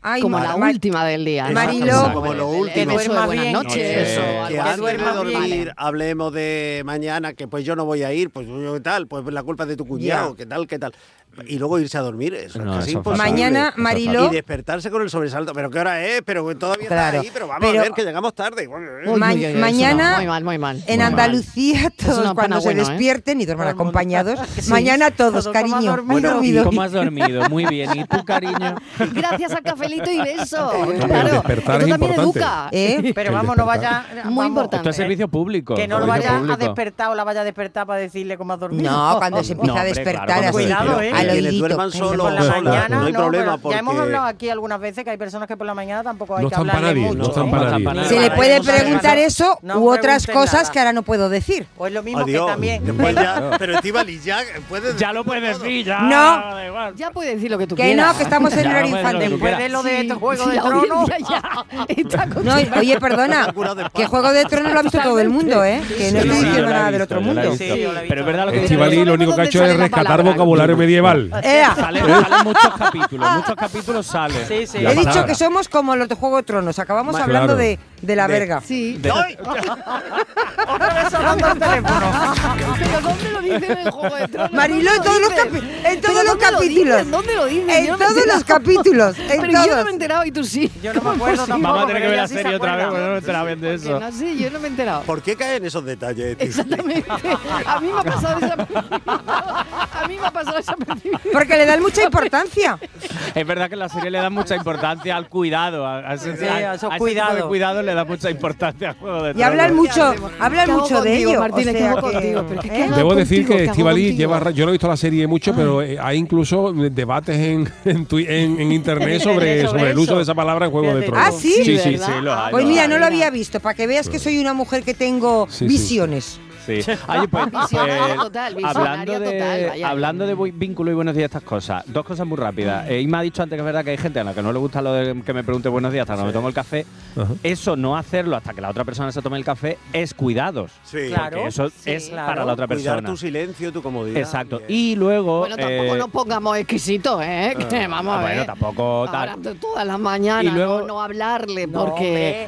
Ay, Como Mar- la Mar- última del día. ¿no? Exacto, Exacto. como lo El- el último. beso de buenas noches. Eso, o que algo así. antes de dormir hablemos de mañana, que pues yo no voy a ir, pues yo qué tal, pues la culpa es de tu cuñado, Ya. que tal, qué tal. Y luego irse a dormir, eso No, es casi eso es fatal. imposible. Mañana, Eso es Mariló- fatal. Y despertarse con el sobresalto, pero ¿qué hora es? Pero todavía Claro, está ahí, pero vamos pero- a ver que llegamos tarde. Ma- mañana, en Andalucía, Es una todos cuando se panagüena, ¿eh? despierten y duerman acompañados, Sí. mañana todos, Todo como cariño, ha ¿has dormido. dormido ¿Cómo bien? has dormido? Muy bien. ¿Y tú, cariño? Gracias a Cafelito y Beso. pero claro, despertar esto es también importante. educa. ¿Eh? Pero El vamos, no vaya. despertar. Muy vamos, importante. Esto es servicio público. Que no lo servicio vaya a público. despertar o la vaya a despertar para decirle cómo ha dormido. No, cuando se empieza No, a hombre, claro, despertar cuando así, se despierta. al Que le oídito. duerman Cariño, solo, por la sola, mañana. no hay pero problema, Ya hemos porque- hablado aquí algunas veces que hay personas que por la mañana tampoco hay No que están para hablarle nadie, mucho. no están ¿eh? para nadie. Se le puede No, no, no, preguntar no, no. eso No u otras pregunten cosas nada. que ahora no puedo decir. O es lo mismo Adiós. que también. Pues Después ya, pero Estivali, ya puedes Ya lo puedes decir, ya. No. Ya puede decir lo que tú Que quieras. no, que estamos en Ya horario puede decir lo que infantil. tú quieras. Sí, sí, la audiencia ya está No, acostumbrada. oye, perdona, que Juego de Tronos lo ha visto todo el mundo, ¿eh? Que no Sí, estoy sí, yo diciendo la he nada del visto, otro yo la he mundo. visto. Pero es verdad lo que dice Estivali lo único que ha hecho es rescatar vocabulario medieval. Ea. Salen, salen muchos capítulos, muchos capítulos salen. Sí, sí. Ya He dicho palabra. que somos como los de Juego de Tronos, acabamos Claro. hablando de, de la De- verga. Sí. de- ¡Ay! Otra vez sonando el teléfono. Pero ¿dónde lo dicen en el Juego de Tronos? Mariló, en ¿Dónde todos lo los, dicen? capi- en ¿Pero todos los dónde lo capítulos. dicen? ¿Dónde lo dicen? En Yo no me todos entero. los capítulos. En Pero yo no todos. me he enterado y tú sí. Yo no me acuerdo tampoco, Vamos a tener que pero ver ella la sí se serie otra vez, acuerda. porque no te la ven de eso. Que no sé, yo no me he enterado. ¿Por qué caen esos detalles? Estivali? Exactamente. A mí me ha pasado desapercibido. A mí me ha pasado desapercibido. Porque le dan mucha importancia. Es verdad que la serie le da mucha importancia al cuidado. A, a ese, Sí, a- a a esos ese cuidados. tipo de cuidado le da mucha importancia al juego de Y hablan tronos. mucho, hablan ¿Qué hago mucho de contigo, ello. Martínez? o ¿Qué hago sea que- contigo? Pero es que ¿eh? cada- Debo decir contigo, que ¿qué hago Estivali contigo? lleva. ra- Yo no he visto la serie mucho, pero eh, hay incluso eh, debates en, en, tui- en- en internet sobre, Sobre sobre el eso. uso de esa palabra en Juego de Fíjate tú. Tronos. Ah, sí. Sí, sí, ¿verdad? sí, lo hay. Pues lo mira, hay. no lo había visto, para que veas que soy una mujer que tengo Sí, sí, visiones. Sí. Oye, pues, Visionaria pues, total, visionaria hablando de, total, vaya. hablando de bu- vínculo y buenos días, estas cosas. Dos cosas muy Mm. rápidas. Eh, Inma ha dicho antes que es verdad que hay gente a la que no le gusta lo de que me pregunte buenos días hasta que no me tomo el café. Ajá. Eso no hacerlo hasta que la otra persona se tome el café es cuidados. Sí. Porque Claro, eso sí, es claro. para la otra Cuidar persona. tu silencio, tu comodidad. Exacto. Y luego. Bueno, tampoco eh, nos pongamos exquisitos, ¿eh? Que vamos a ver. Ah. Bueno, tampoco tal. Ahora, t- todas las mañanas, Y luego- no, no hablarle No, porque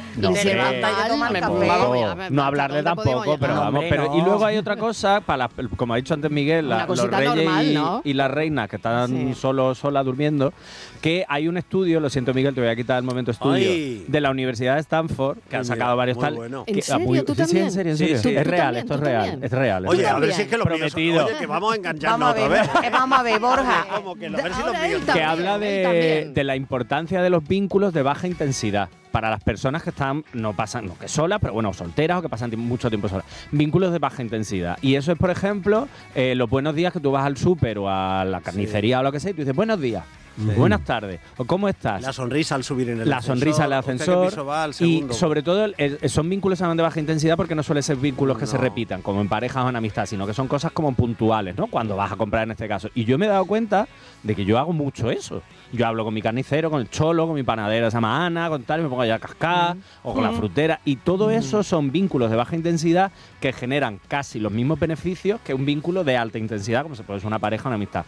hombre. le hombre, sienta levanta y te mal, toma el me café. pongo- tampoco. vamos, ya, me- no ¿hasta hablarle dónde podemos tampoco, pero llegar? vamos, Hombre, pero y luego hay otra cosa, para la- como ha dicho antes Miguel, la- Una los cosita reyes normal, y, ¿no? y las reinas que están Sí. solo sola durmiendo, que hay un estudio, lo siento Miguel, te voy a quitar el momento estudio, Ay. de la Universidad de Stanford, que han sacado varios muy tal. bueno. que- ¿En ah, serio? muy- sí, ¿Tú sí, también? en serio, en Sí, serio. sí. Es Tú real, también, esto es tú real, también. es real. es Oye, real. a ver si es que los míos son- prometido. Oye, que vamos a engancharnos Vamos a otra vez. ver, eh, vamos a ver, Borja. que habla de, de la importancia de los vínculos de baja intensidad para las personas que están, no pasan, no que solas, pero bueno, solteras o que pasan tiemp- mucho tiempo solas. Vínculos de baja intensidad. Y eso es, por ejemplo, eh, los buenos días que tú vas al súper o a la carnicería o lo que sea y tú dices, buenos días. Buenas tardes. o ¿Cómo estás? La sonrisa al subir en el la ascensor, sonrisa al usted que ascensor piso va al y segundo. sobre todo el- el- son vínculos además de baja intensidad porque no suelen ser vínculos que se repitan como en parejas o en amistad sino que son cosas como puntuales no cuando vas a comprar en este caso y yo me he dado cuenta de que yo hago mucho eso yo hablo con mi carnicero con el cholo con mi panadero se llama Ana con tal y me pongo allá a cascar o con la Mm. frutera y todo eso son vínculos de baja intensidad que generan casi los mismos beneficios que un vínculo de alta intensidad como se puede ser una pareja o una amistad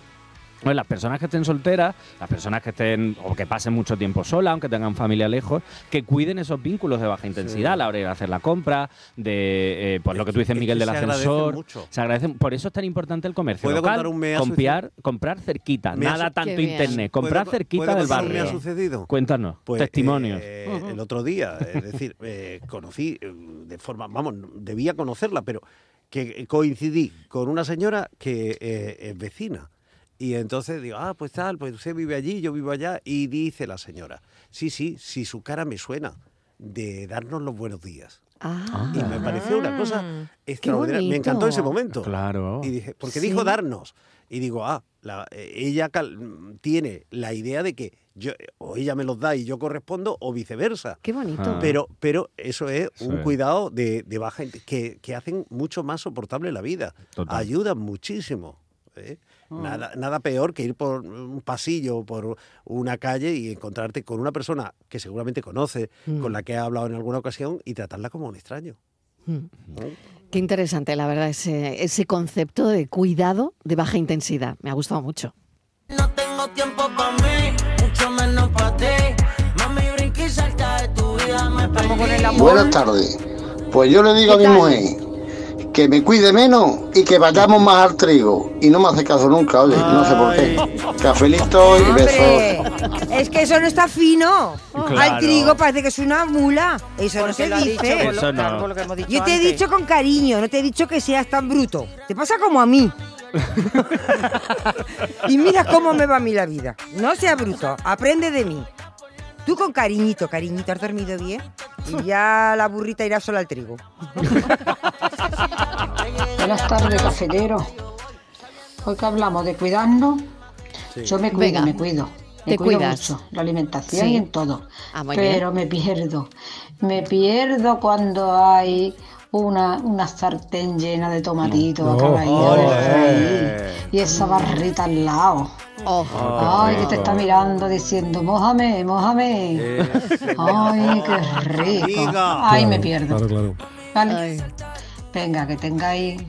pues las personas que estén solteras, las personas que estén o que pasen mucho tiempo solas, aunque tengan familia lejos, que cuiden esos vínculos de baja intensidad a la hora de ir a hacer la compra, de eh, pues lo que tú dices, que Miguel, del se agradecen ascensor. mucho. Se agradecen. Por eso es tan importante el comercio. ¿Puedo local, contar un mea comprar, comprar cerquita, Me ha nada su- tanto Qué bien. internet, ¿Puedo comprar co- cerquita puedo del contar un barrio. mea sucedido? Cuéntanos, Pues, testimonios. eh, el otro día, es decir, eh, conocí eh, de forma, vamos, no- debía conocerla, pero que coincidí con una señora que eh, es vecina. Y entonces digo, ah, pues tal, pues usted vive allí, yo vivo allá. Y dice la señora, sí, sí, sí, su cara me suena de darnos los buenos días. Ah. Y me pareció una cosa extraordinaria. Me encantó ese momento. Oh, Claro. Y dije, porque Sí. dijo darnos. Y digo, ah, la- eh, ella cal- mm, tiene la idea de que yo, o ella me los da y yo correspondo, o viceversa. Qué bonito. Ah. Pero, pero eso es Eso un es. cuidado de, de baja int- que, que hacen mucho más soportable la vida. Total. Ayudan muchísimo. ¿eh? Oh. Mm. Nada, nada peor que ir por un pasillo, o por una calle y encontrarte con una persona que seguramente conoce, Mm. con la que ha hablado en alguna ocasión y tratarla como un extraño. ¿no? Qué interesante, la verdad, ese, ese concepto de cuidado de baja intensidad. Me ha gustado mucho. No tengo tiempo para mí, mucho menos para ti. Mami, brinca y salta de tu vida. Me Estamos con el Buenas tardes. Pues yo le digo a mi mujer que me cuide menos y que batamos más al trigo. Y no me hace caso nunca, oye, no sé por qué. Cafelito y besos. Hombre, es que eso no está fino. Claro. Al trigo parece que es una mula. Porque Eso no lo se ha dice. dicho con lo- Eso no. claro, con lo que hemos dicho Yo te he antes. dicho con cariño, no te he dicho que seas tan bruto. Te pasa como a mí. y mira cómo me va a mí la vida. No sea bruto, aprende de mí. Tú con cariñito, cariñito, has dormido bien. Y ya la burrita irá sola al trigo. Buenas tardes, cafetero. Hoy que hablamos de cuidarnos, yo me cuido, Venga. me cuido. Me Te cuido cuidas. mucho, la alimentación Sí. y en todo. Ah, muy Pero bien. me pierdo. Me pierdo cuando hay una, una sartén llena de tomatitos Oh, No. Oh, acabaditos de Ole. eh. freír, y esa barrita al lado. Oh, qué Ay, que te rico. Eh, está mirando diciendo, mójame, mójame. Ay, qué rico. Ay, me pierdo. Claro, claro. Vale. Venga, que tengáis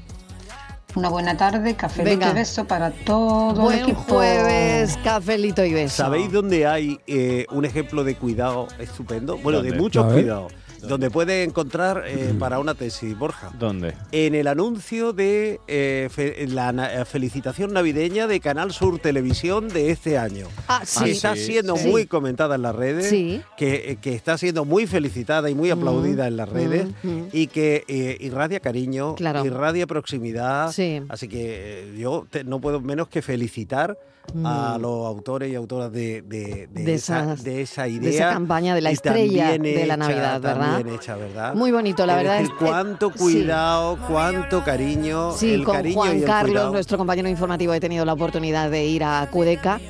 una buena tarde, café Venga. de beso para todo el Buen equipo. jueves, cafelito y beso. ¿Sabéis dónde hay eh, un ejemplo de cuidado estupendo? Bueno, de ¿Dónde? Mm. muchos A ver. cuidados. Donde puedes encontrar eh, para una tesis, Borja. ¿Dónde? En el anuncio de eh, fe- la na- felicitación navideña de Canal Sur Televisión de este año. Ah, sí. Que está Sí, siendo sí. muy comentada en las redes. Sí. Mm. Que, eh, que está siendo muy felicitada y muy aplaudida en las redes. Y que eh, irradia cariño, Claro. irradia proximidad. Sí. Así que eh, yo te- no puedo menos que felicitar Mm. a los autores y autoras de, de- de De esa, esas- de esa de idea. esa campaña de la y tan estrella bien de la hecha, tan Navidad, ¿verdad? bien hecha, ¿verdad? Muy bonito, la Es verdad decir, es- eh, cuánto sí. cuidado, cuánto cariño, Sí, el con cariño y Juan el Carlos, cuidado. nuestro compañero informativo, he tenido la oportunidad de ir a Cudeca,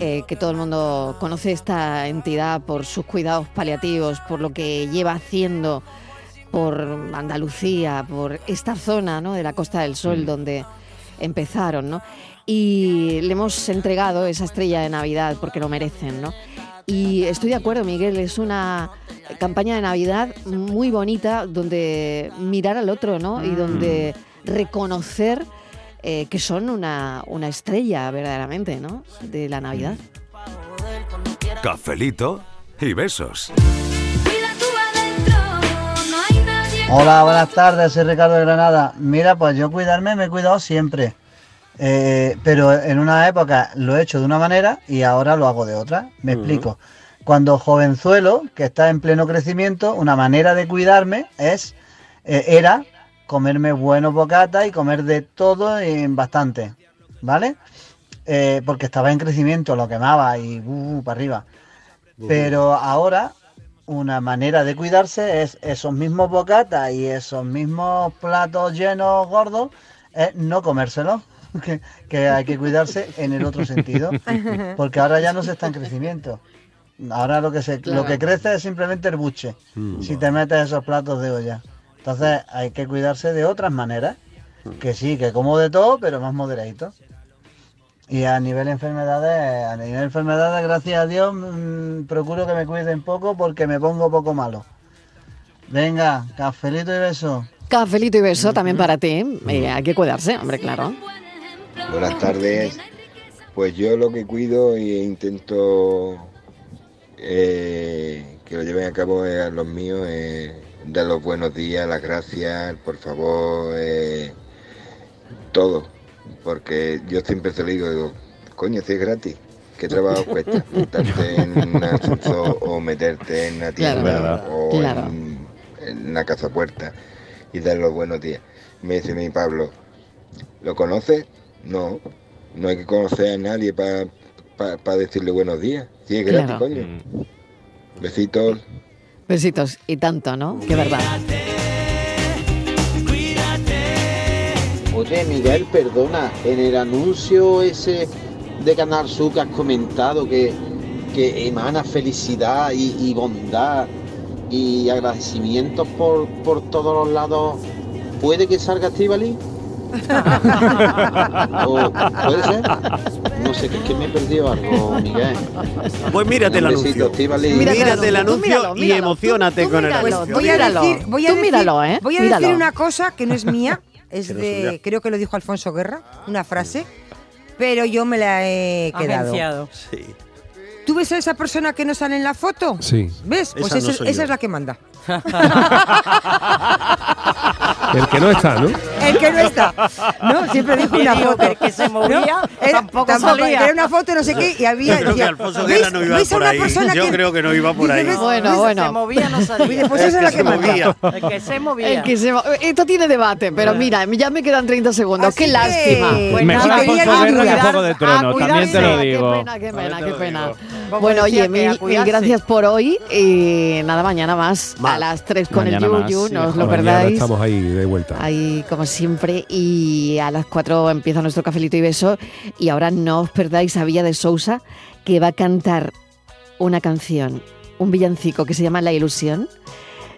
eh, que todo el mundo conoce esta entidad por sus cuidados paliativos, por lo que lleva haciendo por Andalucía, por esta zona ¿no? de la Costa del Mm. Sol donde empezaron, ¿no? Y le hemos entregado esa estrella de Navidad porque lo merecen, ¿no? Y estoy de acuerdo, Miguel, es una campaña de Navidad muy bonita donde mirar al otro, ¿no? Y donde reconocer eh, que son una, una estrella verdaderamente, ¿no? De la Navidad. Cafelito y besos. Vida tú adentro, no hay nadie Hola, buenas tardes, soy Ricardo de Granada. Mira, pues yo cuidarme me he cuidado siempre. Eh, pero en una época lo he hecho de una manera y ahora lo hago de otra. Me Ujú. explico. Cuando jovenzuelo, que está en pleno crecimiento, una manera de cuidarme es eh, era comerme buenos bocatas y comer de todo en bastante. ¿Vale? Eh, porque estaba en crecimiento, lo quemaba y uh, para arriba. Pero ahora una manera de cuidarse es esos mismos bocatas y esos mismos platos llenos gordos, es no comérselos. Que, que hay que cuidarse en el otro sentido, porque ahora ya no se está en crecimiento. Ahora lo que se Claro. lo que crece es simplemente el buche, Mm. si te metes esos platos de olla. Entonces hay que cuidarse de otras maneras, que sí, que como de todo, pero más moderadito. Y a nivel de enfermedades, a nivel de enfermedades, gracias a Dios, mm, procuro que me cuiden poco porque me pongo poco malo. Venga, cafelito y beso. Cafelito y beso también para ti. Eh, hay que cuidarse, hombre, claro. Buenas tardes. Pues yo lo que cuido e intento eh, que lo lleven a cabo eh, a los míos, eh, dar los buenos días, las gracias, el por favor, eh, todo. Porque yo siempre se lo digo, digo, coño, si es gratis, ¿qué trabajo cuesta? Montarte en un ascensor o meterte en una Claro, tienda verdad. o claro. en, en una casa puerta y dar los buenos días. Me dice mi Pablo, ¿lo conoces? No, no hay que conocer a nadie para decirle buenos días. Si es gratis, Claro. coño. Besitos. Besitos y tanto, ¿no? Qué verdad. Oye, Miguel, perdona, en el anuncio ese de Canal Sur que has comentado que, que emana felicidad y, y bondad y agradecimientos por, por todos los lados, ¿puede que salga Estivali? ¿O puede ser? No sé, que es que me he perdido algo, Miguel. Pues mírate el Un besito, anuncio. Estíbaliz. Mírate, Míratelo, el tú anuncio míralo, y míralo. emocionate con el Pues anuncio. voy a decir, voy a Tú decir- míralo, ¿eh? voy a Míralo. decir una cosa que no es mía, es Que no es suya. de, creo que lo dijo Alfonso Guerra, una frase, pero yo me la he quedado. Sí. ¿Tú ves a esa persona que no sale en la foto? Sí. ¿Ves? Pues Esa no esa, soy esa yo. es la que manda. El que no está, ¿no? El que no está. No, siempre dijo Y una digo, foto. que el que se movía, Era- tampoco salía. Era una foto, no sé qué, y Yo había. creo que decía, Alfonso ¿veis? Guerra no iba ¿veis a por una ahí. persona Yo que- creo que no iba por ahí. Bueno, bueno. Se movía, no salía. Pues esa es la que manda. El que se movía. El que se mo- Esto tiene debate, pero mira, ya me quedan 30 segundos. qué que- lástima. Pues Mejor nada, Alfonso quería Guerra que cuidar- Juego de a Tronos, también te cuidarse. lo Qué digo. pena, qué pena, qué pena. Como Bueno, decía, oye, que a mil, mil cuidarse. gracias por hoy. Y nada, mañana más. A las 3 con Mañana el más, Yuyu, sí, no os lo mañana perdáis. Estamos ahí de vuelta. Ahí, como siempre, y a las 4 empieza nuestro cafelito y beso. Y ahora no os perdáis a Villa de Sousa, que va a cantar una canción, un villancico que se llama La Ilusión,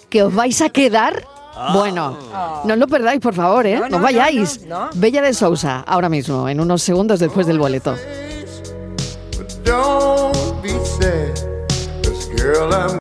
que os vais a quedar. Ah. Bueno, no os lo perdáis, por favor, ¿eh? No, no, no, vayáis. no, no. Bella de Sousa, ahora mismo, en unos segundos después del boleto. Don't be sad, 'cause girl, I'm